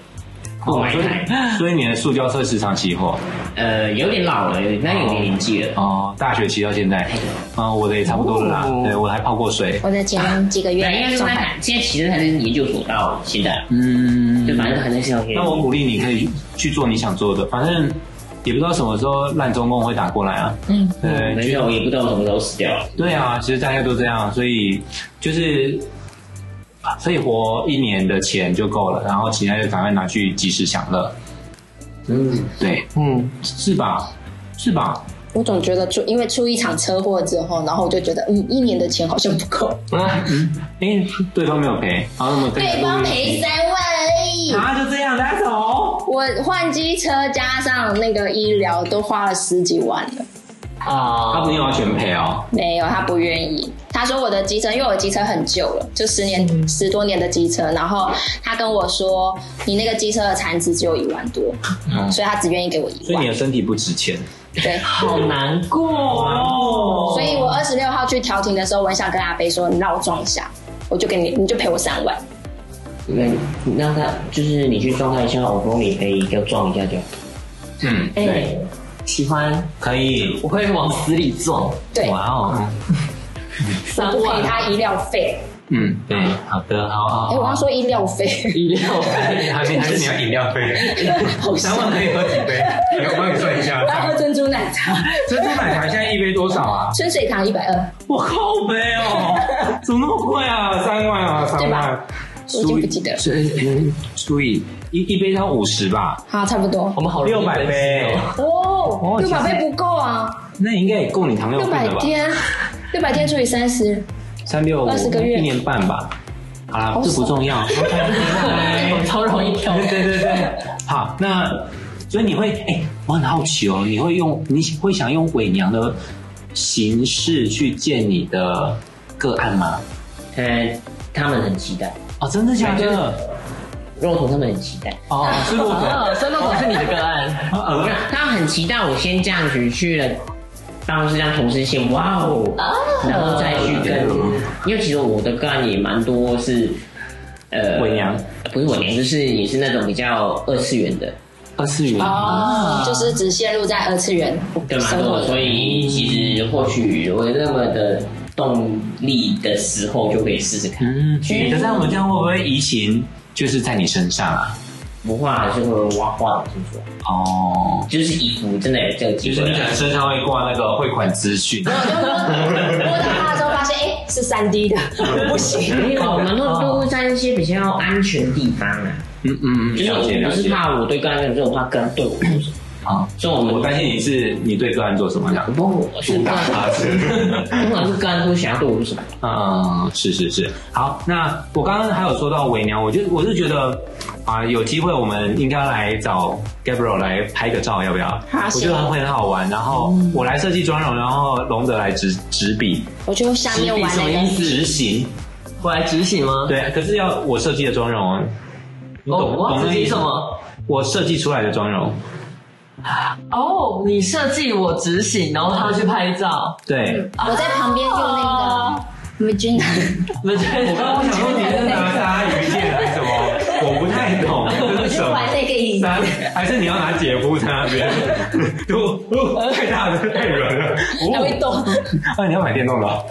不买一台。所以你的塑胶车时常起火呃，有点老了，有点那有点年纪了。哦，大学骑到现在，啊、我的也差不多了啦。哦对我还泡过水，我的前几个月对，应该说状那态台现在骑的才是研究所到现在，嗯就反正还在小学。那我鼓励你可以去做你想做的，反正也不知道什么时候烂中共会打过来啊。嗯，对，没有，也不知道什么时候死掉了。对啊，其实大家都这样，所以就是啊可以活一年的钱就够了，然后其他就赶快拿去及时享乐。嗯，对，嗯，是吧？是吧？我总觉得出因为出一场车祸之后，然后我就觉得嗯，一年的钱好像不够，嗯， [laughs] 哎，对方没有赔，然后我们跟对方赔三万而已。啊，就这样拿走。我换机车加上那个医疗都花了十几万了，他啊呃不一定要全赔哦，没有他不愿意。他说我的机车，因为我的机车很旧了，就十年、十多年的机车，然后他跟我说你那个机车的残值只有一万多，所以他只愿意给我一所以万你。的身体不值钱。对，好难过哦。所以我二十六号去调停的时候，我很想跟阿飞说，你让我撞一下，我就给你，你就赔我三万。那嗯你让他就是你去撞他一下，我说你可以就撞一下就好。嗯，哎、对，喜欢，可以。我会往死里撞。对，哇哦，三不万赔他医疗费。嗯，对，好的，好好哎、我刚好。说医疗费，医疗费，还是还是你要饮料杯，好三万笑。可以喝几杯？我帮你算一下哦我，要喝珍珠奶茶，珍珠奶茶现在一杯多少啊？春水堂一百二，我靠杯 [laughs] 哦，怎么那么贵啊？三万啊，三对万哦吧。我已经不记得了。所以所以呃一一杯要五十吧？好，差不多。我们好容易600杯哦，六百倍不够啊，那应该也够你糖尿六病百了吧？天，六百天除以三十，三六五20个月一年半吧。好啦，这 [laughs] 不重要。哦我们超容易 [laughs] 跳。对对对， [laughs] 好，那所以你会，哎、我很好奇哦，你会用，你会想用伪娘的形式去见你的个案吗？嗯，他们很期待，哦，真的假的？肉头他们很期待，哦，所以我可啊，三万可是你的个案，哦 [laughs] 没有他们很期待我先这样子去了办公室这样同时线，哇哦，然后再去跟，因为其实我的个案也蛮多是，呃，伪娘不是伪娘，就是也是那种比较二次元的，二次元啊，就是只陷入在二次元对蛮生多活的，所以其实或许我那么的动力的时候，就可以试试看。嗯，可是我们这样会不会移情就是在你身上啊？不画还是会挖画的，听说哦，就是衣服真的有这个机就会。是啊你可能身上会挂那个汇款资讯。然后我就摸摸到它的时候发现，哎、是三 D 的，不行。 [laughs] 没有，我们会多在一些比较安全地方啊。嗯嗯，嗯就是了解我了不是解。怕我对个案有种，我怕个案对我做什么。啊，所以我们我担心你是你对个案做什么的？不我是个啊案，不管是个案都想要对我做什么。嗯，是是是，好，那我刚刚还有说到伪娘，我就我是觉得啊、有机会我们应该来找 Gabriel 来拍个照，要不要？好我觉得行会很好玩。然后我来设计妆容，然后龙德来执执笔、我就下面玩那个，执行。我来执行吗？对，可是要我设计的妆容哦，你哦，懂我要懂执那行意思什吗？么？我设计出来的妆容，哦，你设计我执行，然后他去拍照。对，我在旁边用那个。Virgin，那就我我想说你是拿鲨鱼剑还是什么？我不太懂，这是什么玩？那个椅子，拿还是你要拿姐夫在那边？ [laughs] 就、哦、太大了，太软了。它会哦，动。啊，你要买电动的、哦、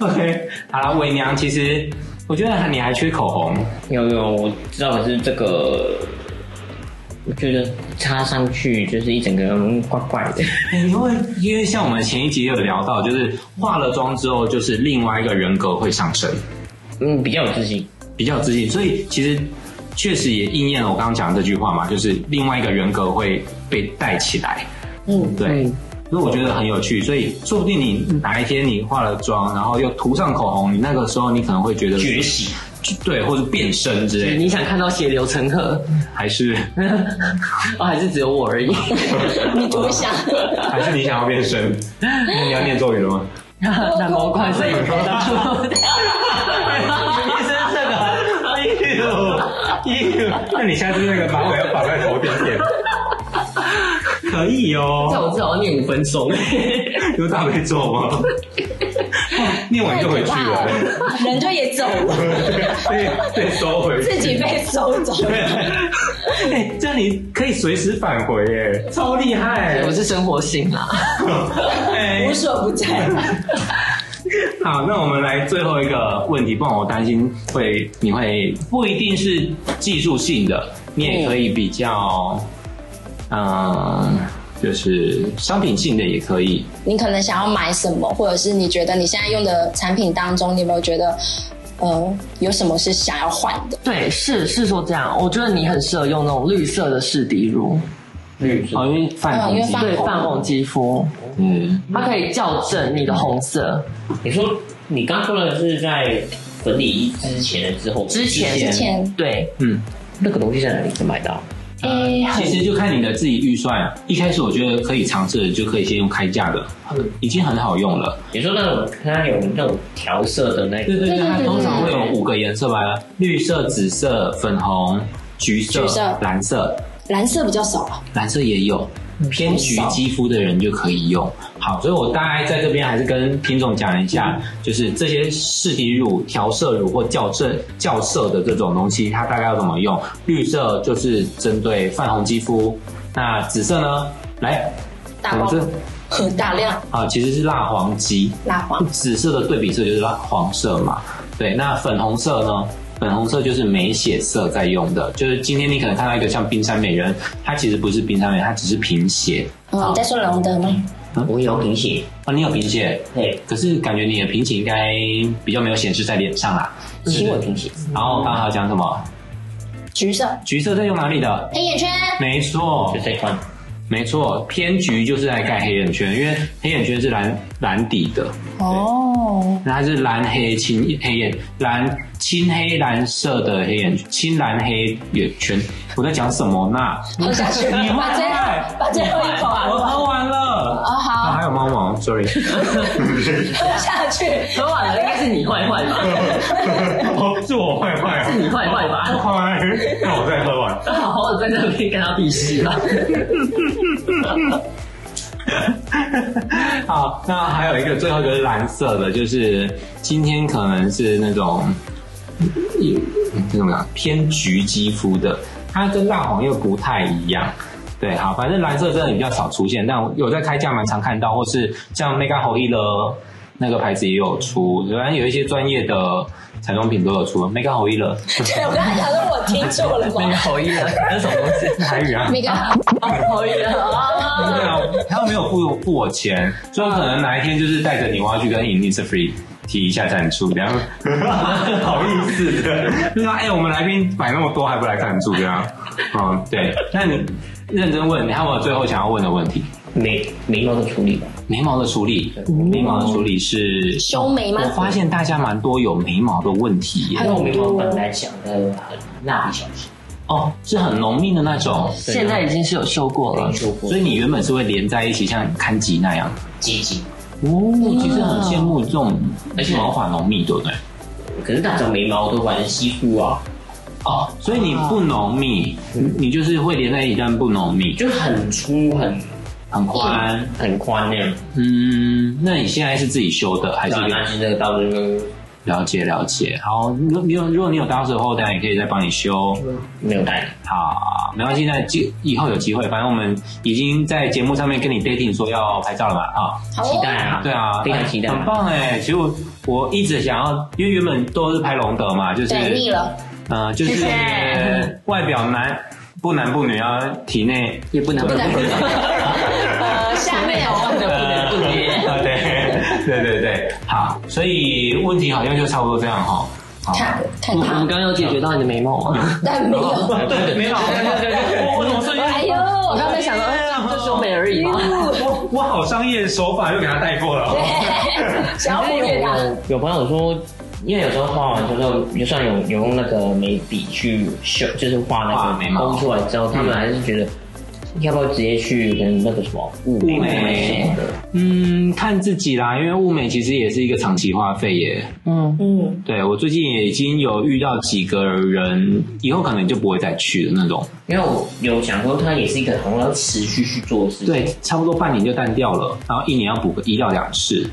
？OK，好了，伪娘，其实我觉得你还缺口红，有有，我知道可是这个，我觉得插上去就是一整个人怪怪的。哎因为因为像我们前一集也有聊到，就是化了妆之后，就是另外一个人格会上升，嗯，比较有自信。比较有自信，所以其实。确实也应验了我刚刚讲的这句话嘛，就是另外一个人格会被带起来。嗯，对，所以我觉得很有趣，所以说不定你哪一天你化了妆，然后又涂上口红，你那个时候你可能会觉得觉醒，对，或者变身之类的，你想看到血流成河， [laughs] 还 [laughs] 是哦，还是只有我 [laughs] 而已？你多想， [laughs] 还是你想要变身？那你要念咒语了吗？男模关系，当初 [laughs] 医生这个，哎呦，哎那你下次那个马尾要绑在头顶点，可以哦。在我至少要念五分 [laughs] 钟。有大悲咒 [laughs] 吗？念完就回去了， [laughs] 人就也走了，被被收回去。自己被收走。哎，这样你可以随时返回耶，超厉害我！是生活型啦，哎哎无所不在。 [laughs] 好，那我们来最后一个问题，不然我担心会你会不一定是技术性的，你也可以比较，嗯、就是商品性的也可以。你可能想要买什么，或者是你觉得你现在用的产品当中，你有没有觉得，呃，有什么是想要换的？对，是是说这样，我觉得你很适合用那种绿色的试底乳，绿色哦，因为泛红嗯因为肌泛，对泛红肌肤，嗯，它可以校正你的红色。你说你刚说的是在粉底液之前的之后，之前之嗯前，对，那个东西在哪里能买到？诶、哎很其实就看你的自己预算。一开始我觉得可以尝试的，就可以先用开价的，已经很好用了。你说那种它有那种调色的那对个，对对，它对对对通常会有五个颜色吧，绿色、紫色、粉红、橘色、橘色蓝色，蓝色比较少啊。蓝色也有。偏橘肌肤的人就可以用。好，所以我大概在这边还是跟听众讲一下，就是这些试底乳、调色乳或校正校色的这种东西，它大概要怎么用？绿色就是针对泛红肌肤，那紫色呢？来，大我们光这和大量啊其实是蜡黄肌，蜡 [laughs] 黄，紫色的对比色就是蜡黄色嘛。对，那粉红色呢？粉红色就是美血色在用的，就是今天你可能看到一个像冰山美人，它其实不是冰山美人，它只是贫血。嗯，你在说龙德吗？我有贫血，啊，你有贫血，对，可是感觉你的贫血应该比较没有显示在脸上啦。轻微贫血，然后刚好讲什么？橘色，橘色在用哪里的？黑眼圈，没错就，这款没错，偏橘就是来盖黑眼圈，因为黑眼圈是蓝蓝底的，哦，那它是蓝黑青黑眼蓝青黑蓝色的黑眼圈，青蓝黑眼圈。我在讲什么呢？喝下去，你把换最后菜把最后一口啊，我喝完哦了。啊，好，还有猫毛，sorry。喝下去，昨晚了应该是你坏坏吧？ [laughs] 哦，是我坏坏啊，是你坏坏吧？坏。那我再喝完。好好的在那边跟他比试吧。 [laughs] 好，那还有一个最后一个是蓝色的，就是今天可能是那种，嗯，这怎么讲？偏橘肌肤的，它跟蜡黄又不太一样。对，好，反正蓝色真的比较少出现，但我有在开价蛮常看到，或是像 Mega h o i 的那个牌子也有出，反正有一些专业的彩妆品都有出 Mega h o i 了，对我刚才想说我听错了那个吗？侯一 [laughs] 了，那什么东西？台语啊。那个侯一了，哦对啊，他没有付付我钱，所以我可能哪一天就是带着你，我要去跟 Innisfree 提一下赞助，这样 [laughs] 好意思的，就说哎、我们来宾买那么多还不来赞助这样，嗯，对。那你认真问，你还有没有最后想要问的问题？眉眉毛的处理吧，眉毛的处理，眉毛的处理是哦修眉吗我发现大家蛮多有眉毛的问题耶因为我眉毛本来想的很蜡笔小新，哦，是很浓密的那种，现在已经是有修过了没。啊修过，所以你原本是会连在一起，像看吉那样。积极。哦，嗯其实很羡慕这种，而且毛发浓密，对不对？可是大长眉毛都玩吸附啊，哦，所以你不浓密，你你就是会连在一起，但不浓密，就就很粗很很宽。很宽那样。嗯，那你现在是自己修的还是那拿起那个刀子呢，了解了解？好，如你有如果你有当时后代，也可以再帮你修。没有带。好，没关系，那机以后有机会，反正我们已经在节目上面跟你 dating 说要拍照了嘛啊。好期哦，待啊！对啊，非常期待。很棒哎！其实我我一直想要，因为原本都是拍龙德嘛，就是对，[laughs] 腻了，呃，就是 [laughs] 谢谢外表男不男不女啊，体内也不能不能，呃，下面我们呃对对对对，好，所以问题好像就差不多这样哈。好看看我 [laughs] 们他刚，刚有解决到你的眉毛吗？但没有，对，没有，我我怎么说？哎呦，我 [laughs] 我刚才想哎到，就修眉而已嘛。我我好商业手法又给他带过了哦。对，想要忽略他，有朋友说，因为有时候画完之后，就算有有用那个眉笔去修，就是画那画个眉毛勾出来之后，他们还是觉得要不要直接去跟那个什么物物美美什么的？嗯，看自己啦，因为物美其实也是一个长期花费耶。嗯，嗯，对我最近也已经有遇到几个人，以后可能就不会再去的那种。因为我有想过，它也是一个好像要持续去做的事情。对，差不多半年就淡掉了，然后一年要补个一到两次。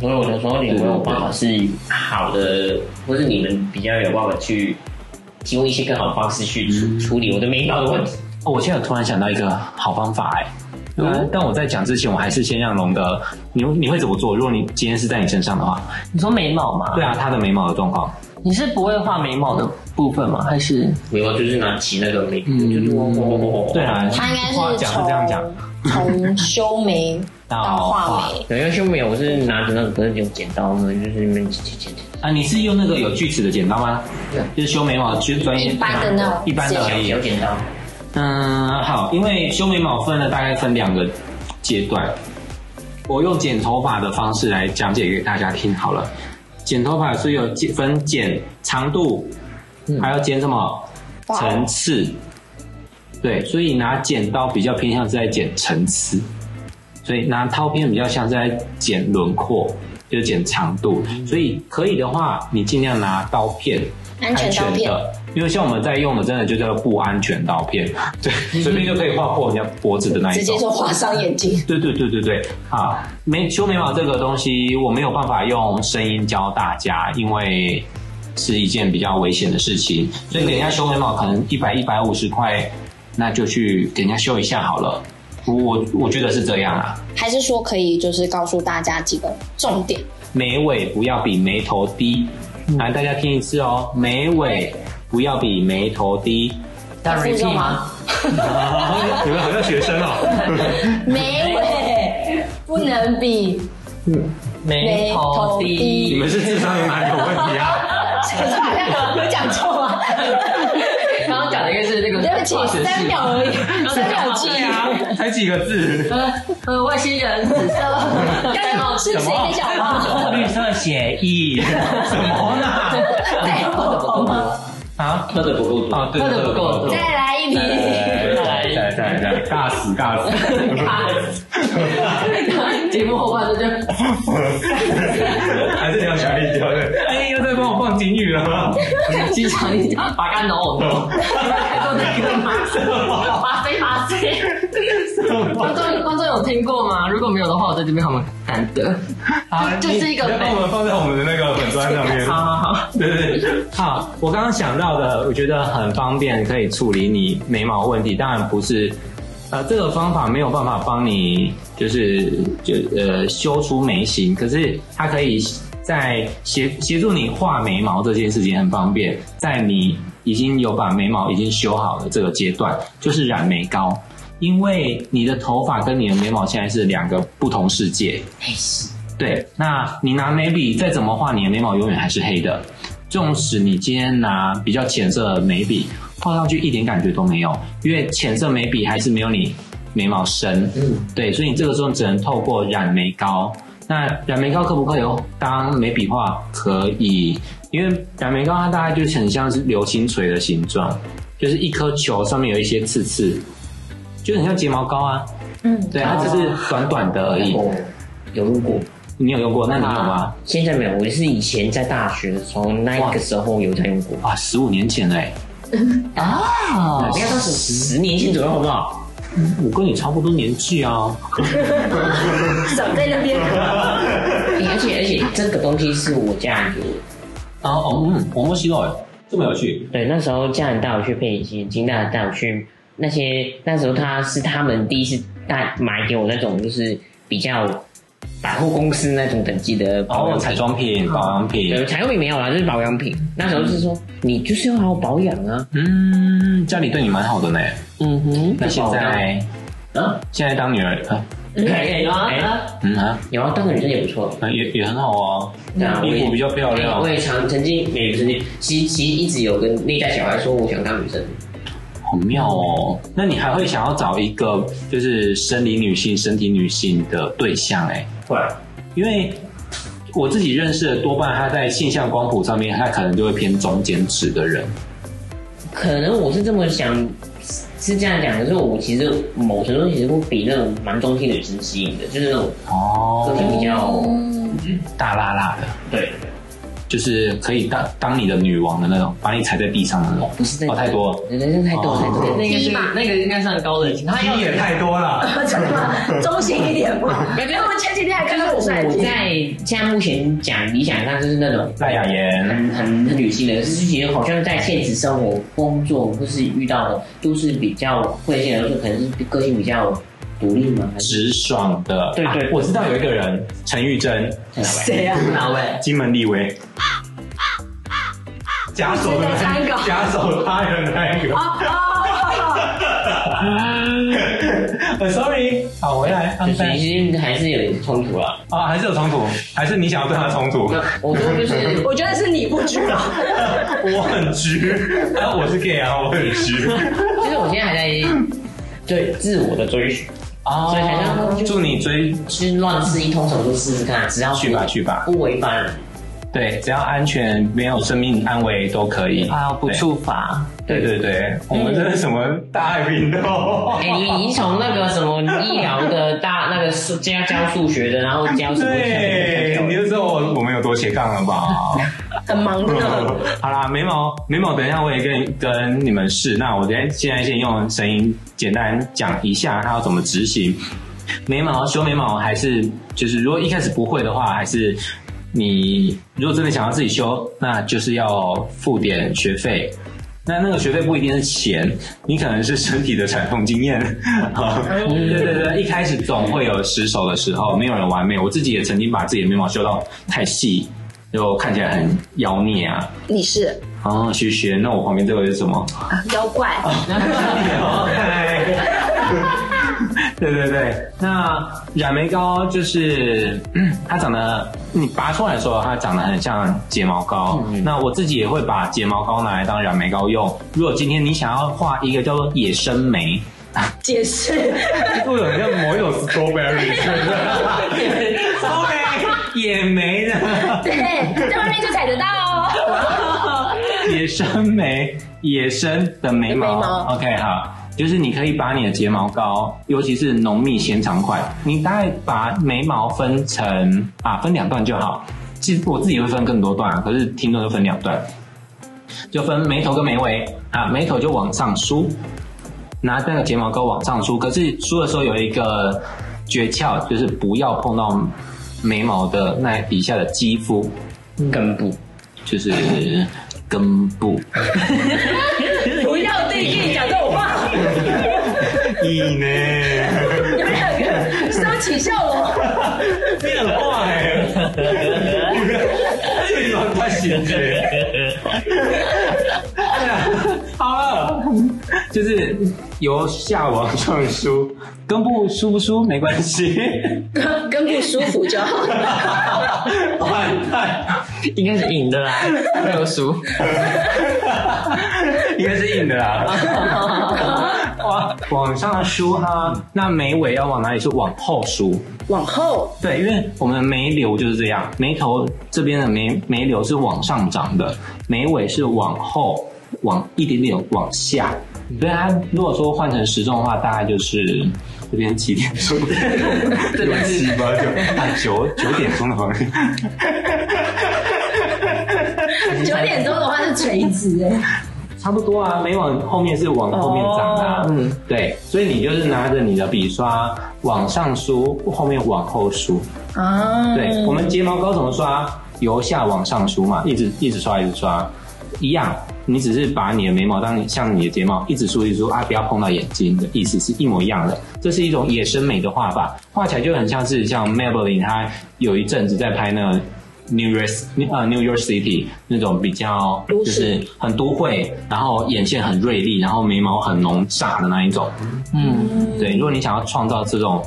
所以我就说，你们有办法是好的，或是你们比较有办法去提供一些更好的方式去处处理我的眉毛的问题。哦，我现在有突然想到一个好方法哎、但但我在讲之前，我还是先让龙哥，你你会怎么做？如果你今天是在你身上的话，你说眉毛吗？对，啊，他的眉毛的状况，你是不会画眉毛的部分吗？还是眉毛就是拿起那个眉，就是我我我我对啊，嗯他应该话是讲是这样讲，从从修眉到画眉，对，因为修眉我是拿着那个用剪刀呢，就是那边剪剪剪剪，啊，你是用那个有锯齿的剪刀吗？对，就是修眉毛，就是专业啊一般的那种一般的而已小。剪刀。嗯，好，因为修眉毛分了大概分两个阶段，我用剪头发的方式来讲解给大家听好了。剪头发是有剪分剪长度，还要剪什么哇层次。对，所以拿剪刀比较偏向是在剪层次，所以拿刀片比较像是在剪轮廓，就是剪长度。所以可以的话，你尽量拿刀片，安全刀片的，因为像我们在用的，真的就叫做不安全刀片， [laughs] 对，随便就可以划破人家脖子的那一直种接。就划伤眼睛。对对对对对，啊，眉修眉毛这个东西，我没有办法用声音教大家，因为是一件比较危险的事情，所以给人家修眉毛可能一百一百五十块，那就去给人家修一下好了。我我我觉得是这样啊， [laughs] 还是说可以就是告诉大家几个重点？眉尾不要比眉头低，来大家听一次哦，眉尾不要比眉头低。要要 repeat 用吗？？你们好像学生哦。眉尾不能比眉头低，你们是智商有哪里有问题啊？谁说好像有讲错啊？刚刚讲的应该是那个对不起化学，式三秒而已，三秒记忆。 [laughs] 才几个字，呃呃，外星人紫色，但是是谁给讲话？绿色血液，什么 [laughs] 呢？再啊那个不够多，啊，对，哦喝的不够多再。来一题。对对对对，尬死尬死！ [laughs] 节目后半段就还是你要强力教的？哎，又在帮我放金鱼了。机场一家把干挠我头，还做那个吗？马飞马飞，观众观众有听过吗？如果没有的话，我在这边很难得。就就是一个你要帮我们放在我们的那个粉砖上面。好好好，对对对，好，我刚刚想到的，我觉得很方便，可以处理你眉毛问题。当然不是，呃，这个方法没有办法帮你，就是就呃修出眉形，可是它可以在协协助你画眉毛这件事情很方便，在你已经有把眉毛已经修好的这个阶段，就是染眉膏。因为你的头发跟你的眉毛现在是两个不同世界，对，那你拿眉笔再怎么画，你的眉毛永远还是黑的。纵使你今天拿比较浅色的眉笔画上去，一点感觉都没有，因为浅色眉笔还是没有你眉毛深。嗯，对，所以你这个时候只能透过染眉膏。那染眉膏可不可以哦当眉笔画？可以，因为染眉膏它大概就是很像是流星锤的形状，就是一颗球上面有一些刺刺，就很像睫毛膏啊。嗯，对，它只是短短的而已。我有用过，你有用过？那你有吗？现在没有，我是以前在大学的时候，那个时候有在用过，哇，啊十五年前嘞、哦，应该说是十年前左右，好不好？我跟你差不多年纪啊。少在那边，而且而且这个东西是我家里有啊哦，嗯，广播西洛哎，这么有趣。对，那时候家人带我去配隐形眼镜，带带我去那些那时候他是他们第一次带买给我那种就是比较百货公司那种等级的保哦，养彩妆品、保养品对，，采用品没有啦，就是保养品。那时候是说你就是要好好保养啊，嗯，家里对你蛮好的呢。嗯哼，那现在，哦啊，现在当女儿，啊哎有啊哎啊嗯啊，有啊，当个女生也不错。啊也也很好啊，对啊，我衣也服比较漂亮我。也常曾经，也不是曾经，其实其实一直有跟内在小孩说，我想当女生。好妙哦！那你还会想要找一个就是生理女性、身体女性的对象哎、会，因为我自己认识的多半他在性向光谱上面，他可能就会偏中间值的人。可能我是这么想，是这样讲，可是我其实某程度其实会比那种蛮中性的女生吸引的，就是那种哦个，性比较大辣辣的，对，就是可以当当你的女王的那种，把你踩在地上的那种。不是在哦，太多了。哦对对对，太多太多。那个是低嘛那个应该算高冷型，他要你也太多了，怎么中性一点嘛？没有就是因为我前几天还看就到很帅是的我在现在目前讲理想上就是那种赖雅妍，很很很女性的，可是其实好像在现实生活、工作或是遇到的都是比较会现人，就可能是个性比较独立嘛，还是直爽的。对对啊我知道有一个人，陈玉珍，谁啊？哪位？金门立威，假手的那三个假手他人那一个哦。哦，很呃 sorry，好回来，就放是在其实还是有点冲突啦。啊，还是有冲突，还是你想要跟他冲 [laughs] 突？我说就是我觉得是你不知道，我很直，啊，我是 gay 啊，我很直。 [laughs] 就是我现在还在对自我的追寻，哦所以才让祝你追就是乱吃一通手就试试看，只要去吧去吧，不违反对，只要安全，没有生命安危都可以。啊，不处罚。对对对，我们这是什么大哦爱频道？哎、你你从那个什么医疗的大那个数教教数学的，然后嗯教什么？对，你就知道我我们有多斜杠了吧？ [laughs] 很忙的。 [laughs] 好啦，眉毛眉毛，等一下我也跟跟你们试。那我先现在先用声音简单讲一下它要怎么执行。眉毛修眉毛还是就是如果一开始不会的话，还是你如果真的想要自己修，那就是要付点学费。那那个学费不一定是钱，你可能是身体的惨痛经验。 [laughs] 好对对对，一开始总会有失手的时候，没有人完美。我自己也曾经把自己的眉毛修到太细，就看起来很妖孽啊。你是哦，学学，那我旁边这位是什么？ [laughs] 啊妖怪，对对对，那染眉膏就是、嗯它长得，你拔出来的时候，它长得很像睫毛膏。那我自己也会把睫毛膏拿来当染眉膏用。如果今天你想要画一个叫做野生眉，解释，为什 [laughs] 么像某一种 strawberry 是不是？strawberry [laughs] 野莓的对，在外面就踩得到 [laughs] 哦。 [laughs] 野生眉，野生的眉毛。眉毛 OK，好，就是你可以把你的睫毛膏，尤其是浓密纤长块，你大概把眉毛分成啊分两段就好。其实我自己会分更多段，可是听众就分两段，就分眉头跟眉尾啊，眉头就往上梳，拿那个睫毛膏往上梳。可是梳的时候有一个诀窍，就是不要碰到眉毛的那底下的肌肤。根部，就是根部。不要对地讲这种话，你呢？你们两个是要取笑 [laughs] 我？你很坏，这种太行了。好了，就是由下往上梳，根部梳不梳没关系。 [laughs] 根根部舒服就好。完蛋，应该是赢的啦，没有输。应该是硬的啦。 [laughs] 哇，往上梳哈，那眉尾要往哪里梳？往后梳。往后对，因为我们眉流就是这样，眉头这边的眉眉流是往上长的，眉尾是往后往一点点往下。所以它如果说换成时钟的话，大概就是这边几点 [laughs] 钟？这边七八九啊九九点钟的方向。九点钟的话是垂直欸哎，差不多啊，眉往后面是往后面长的、啊，嗯，对，所以你就是拿着你的笔刷往上梳，后面往后梳嗯啊。对，我们睫毛膏怎么刷？由下往上梳嘛，一直一直刷，一直刷，一样。你只是把你的眉毛当像你的睫毛一直梳一直梳啊，不要碰到眼睛的意思是一模一样的。这是一种野生美的画法，画起来就很像是像 Maybelline，她有一阵子在拍那个 New York 呃 New York City 那种比较都就市是很都会，然后眼线很锐利，然后眉毛很浓炸的那一种。嗯，对，如果你想要创造这种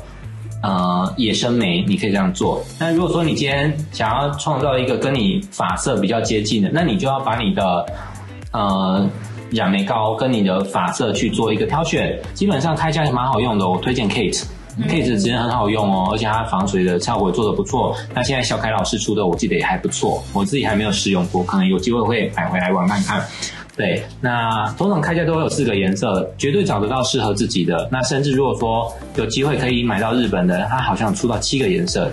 呃野生眉，你可以这样做。那如果说你今天想要创造一个跟你发色比较接近的，那你就要把你的呃染眉膏跟你的发色去做一个挑选。基本上开价也蛮好用的哦，我推荐 Kate。Kate 的纸很好用哦，而且它防水的效果做的不错。那现在小凯老师出的，我记得也还不错，我自己还没有试用过，可能有机会会买回来玩看看。对，那通常开价都会有四个颜色，绝对找得到适合自己的。那甚至如果说有机会可以买到日本的，它好像出到七个颜色。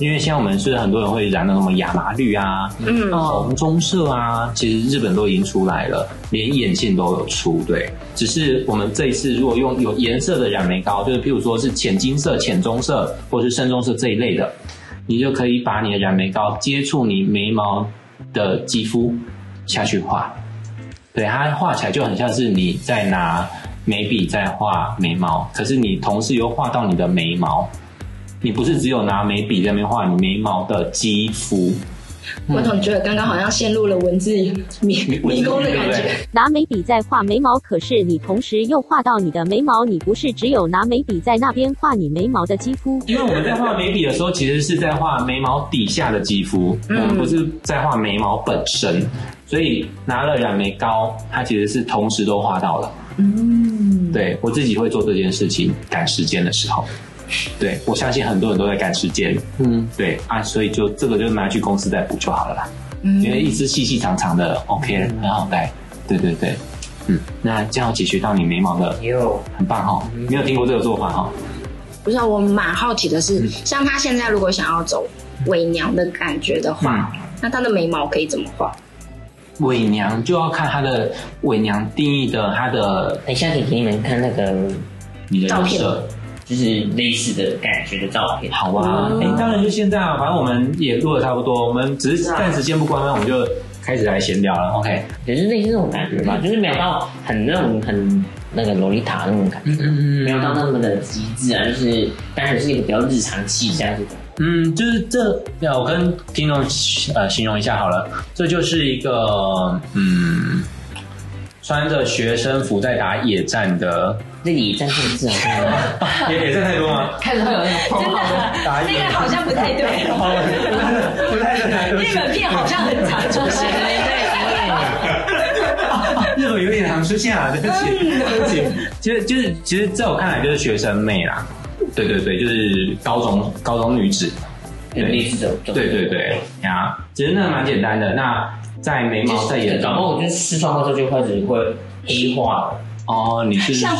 因为像我们是很多人会染那种什么亚麻绿啊、嗯，哦红棕色啊，其实日本都已经出来了，连眼线都有出。对，只是我们这一次如果用有颜色的染眉膏，就是譬如说是浅金色、浅棕色或是深棕色这一类的，你就可以把你的染眉膏接触你眉毛的肌肤下去画，对，它画起来就很像是你在拿眉笔在画眉毛，可是你同时又画到你的眉毛。你不是只有拿眉笔在那边画你眉毛的肌肤，我总觉得刚刚好像陷入了 [laughs] 文字迷迷宫的感对不觉对。拿眉笔在画眉毛，可是你同时又画到你的眉毛，你不是只有拿眉笔在那边画你眉毛的肌肤？因为我们在画眉笔的时候，其实是在画眉毛底下的肌肤，我们不是在画眉毛本身，所以拿了染眉膏，它其实是同时都画到了。嗯，对我自己会做这件事情，赶时间的时候，对我相信很多人都在赶时间。嗯，对啊，所以就这个就拿去公司再补就好了啦。嗯，因为一支细细长长的，OK，很好戴。对对对，嗯，那这样解决到你眉毛的，有很棒哈、哦。没有听过这个做法哈、哦。不是啊，我蛮好奇的是，像他现在如果想要走伪娘的感觉的话，那他的眉毛可以怎么画？伪娘就要看她的伪娘定义的她的等一哎下可以给你们看那个你的照人片设，就是类似的感觉的照片。好啊。嗯哎、当然就现在啊，反正我们也录的差不多，我们只啊是暂时先不关麦，我们就开始来闲聊了。OK，就是类似那种感觉嗯吧，就是没有到很那种很那个洛丽塔那种感嗯觉，没有到那么的极致啊，就是单纯是一个比较日常气啊这样子。嗯，就是这，那我跟听众呃形容一下好了，这就是一个嗯，穿着学生服在打野战的，这里战术是啊， [laughs] 野野战太多 [laughs] 吗？开始会有那种真的，打野那嗯个好像不太对， [laughs] 不太可能，日本片好像很常出现。 [laughs] 日本有点常出现啊，对不起，对不起。其实就是，其实在我看来就是学生妹啦，对对对，就是高中高中女子，有类似的，对对对，呀，其实那蛮简单的。那在眉毛在眼然后妆我就试穿过之后就开始会黑化了，哦，你是像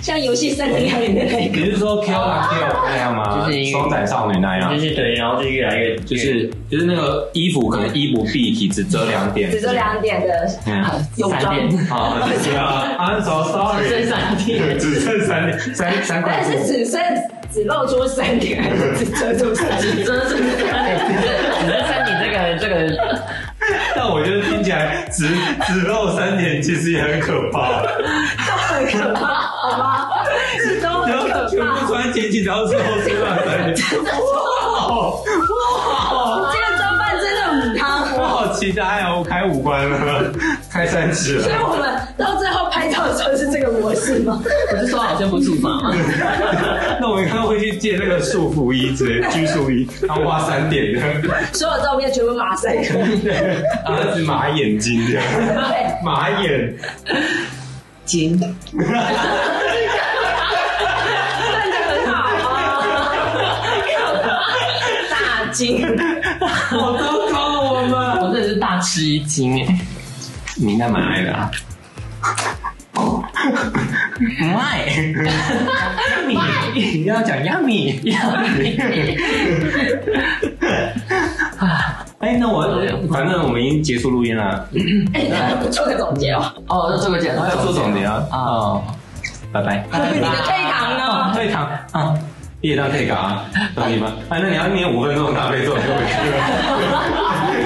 像游戏三零两里面那个，你是说 Q 啊 Q 那样吗就是？双仔少女那样就，是对，然后就越来越就是就是那个衣服可能衣不蔽体，只遮两点， [laughs] 只这两点的嗯。 [laughs] 泳装， [laughs] 好，谢谢啊，I'm so sorry， [laughs] 身上贴。只剩三点三三块布但是只剩只露出三点，还是只遮住三点？遮住三点。只是三点这个这个但我觉得听起来只只露三点，其实也很可怕。很可怕，好吗？是都很然后可全怕部。穿紧紧，然后之后吃饭三点，这个装扮真的很汤，我好期待哦！我开五关了，开三指所以了。我们到最后拍照的时候是这个模式吗？我就说好像不处罚嘛，那我应该会去借那个束缚衣之类，拘束衣，然后画三点的， [laughs] 所有照片全部马赛克。然后是马眼睛的，对，马眼。金那就很好啊。大金，好糟糕，我们。我真的是大吃一惊哎！你应该蛮爱的啊。卖， [laughs] 你要讲 yummy。哎，那 [laughs] 我反正我们已经结束录音了，哎，做个总结哦。哦，那这个简单还要做总结啊。啊哦，拜拜。你的退堂呢？退堂啊，哎夜到退堂啊，懂你吗？啊，那你要念五分钟的大悲咒就回去了。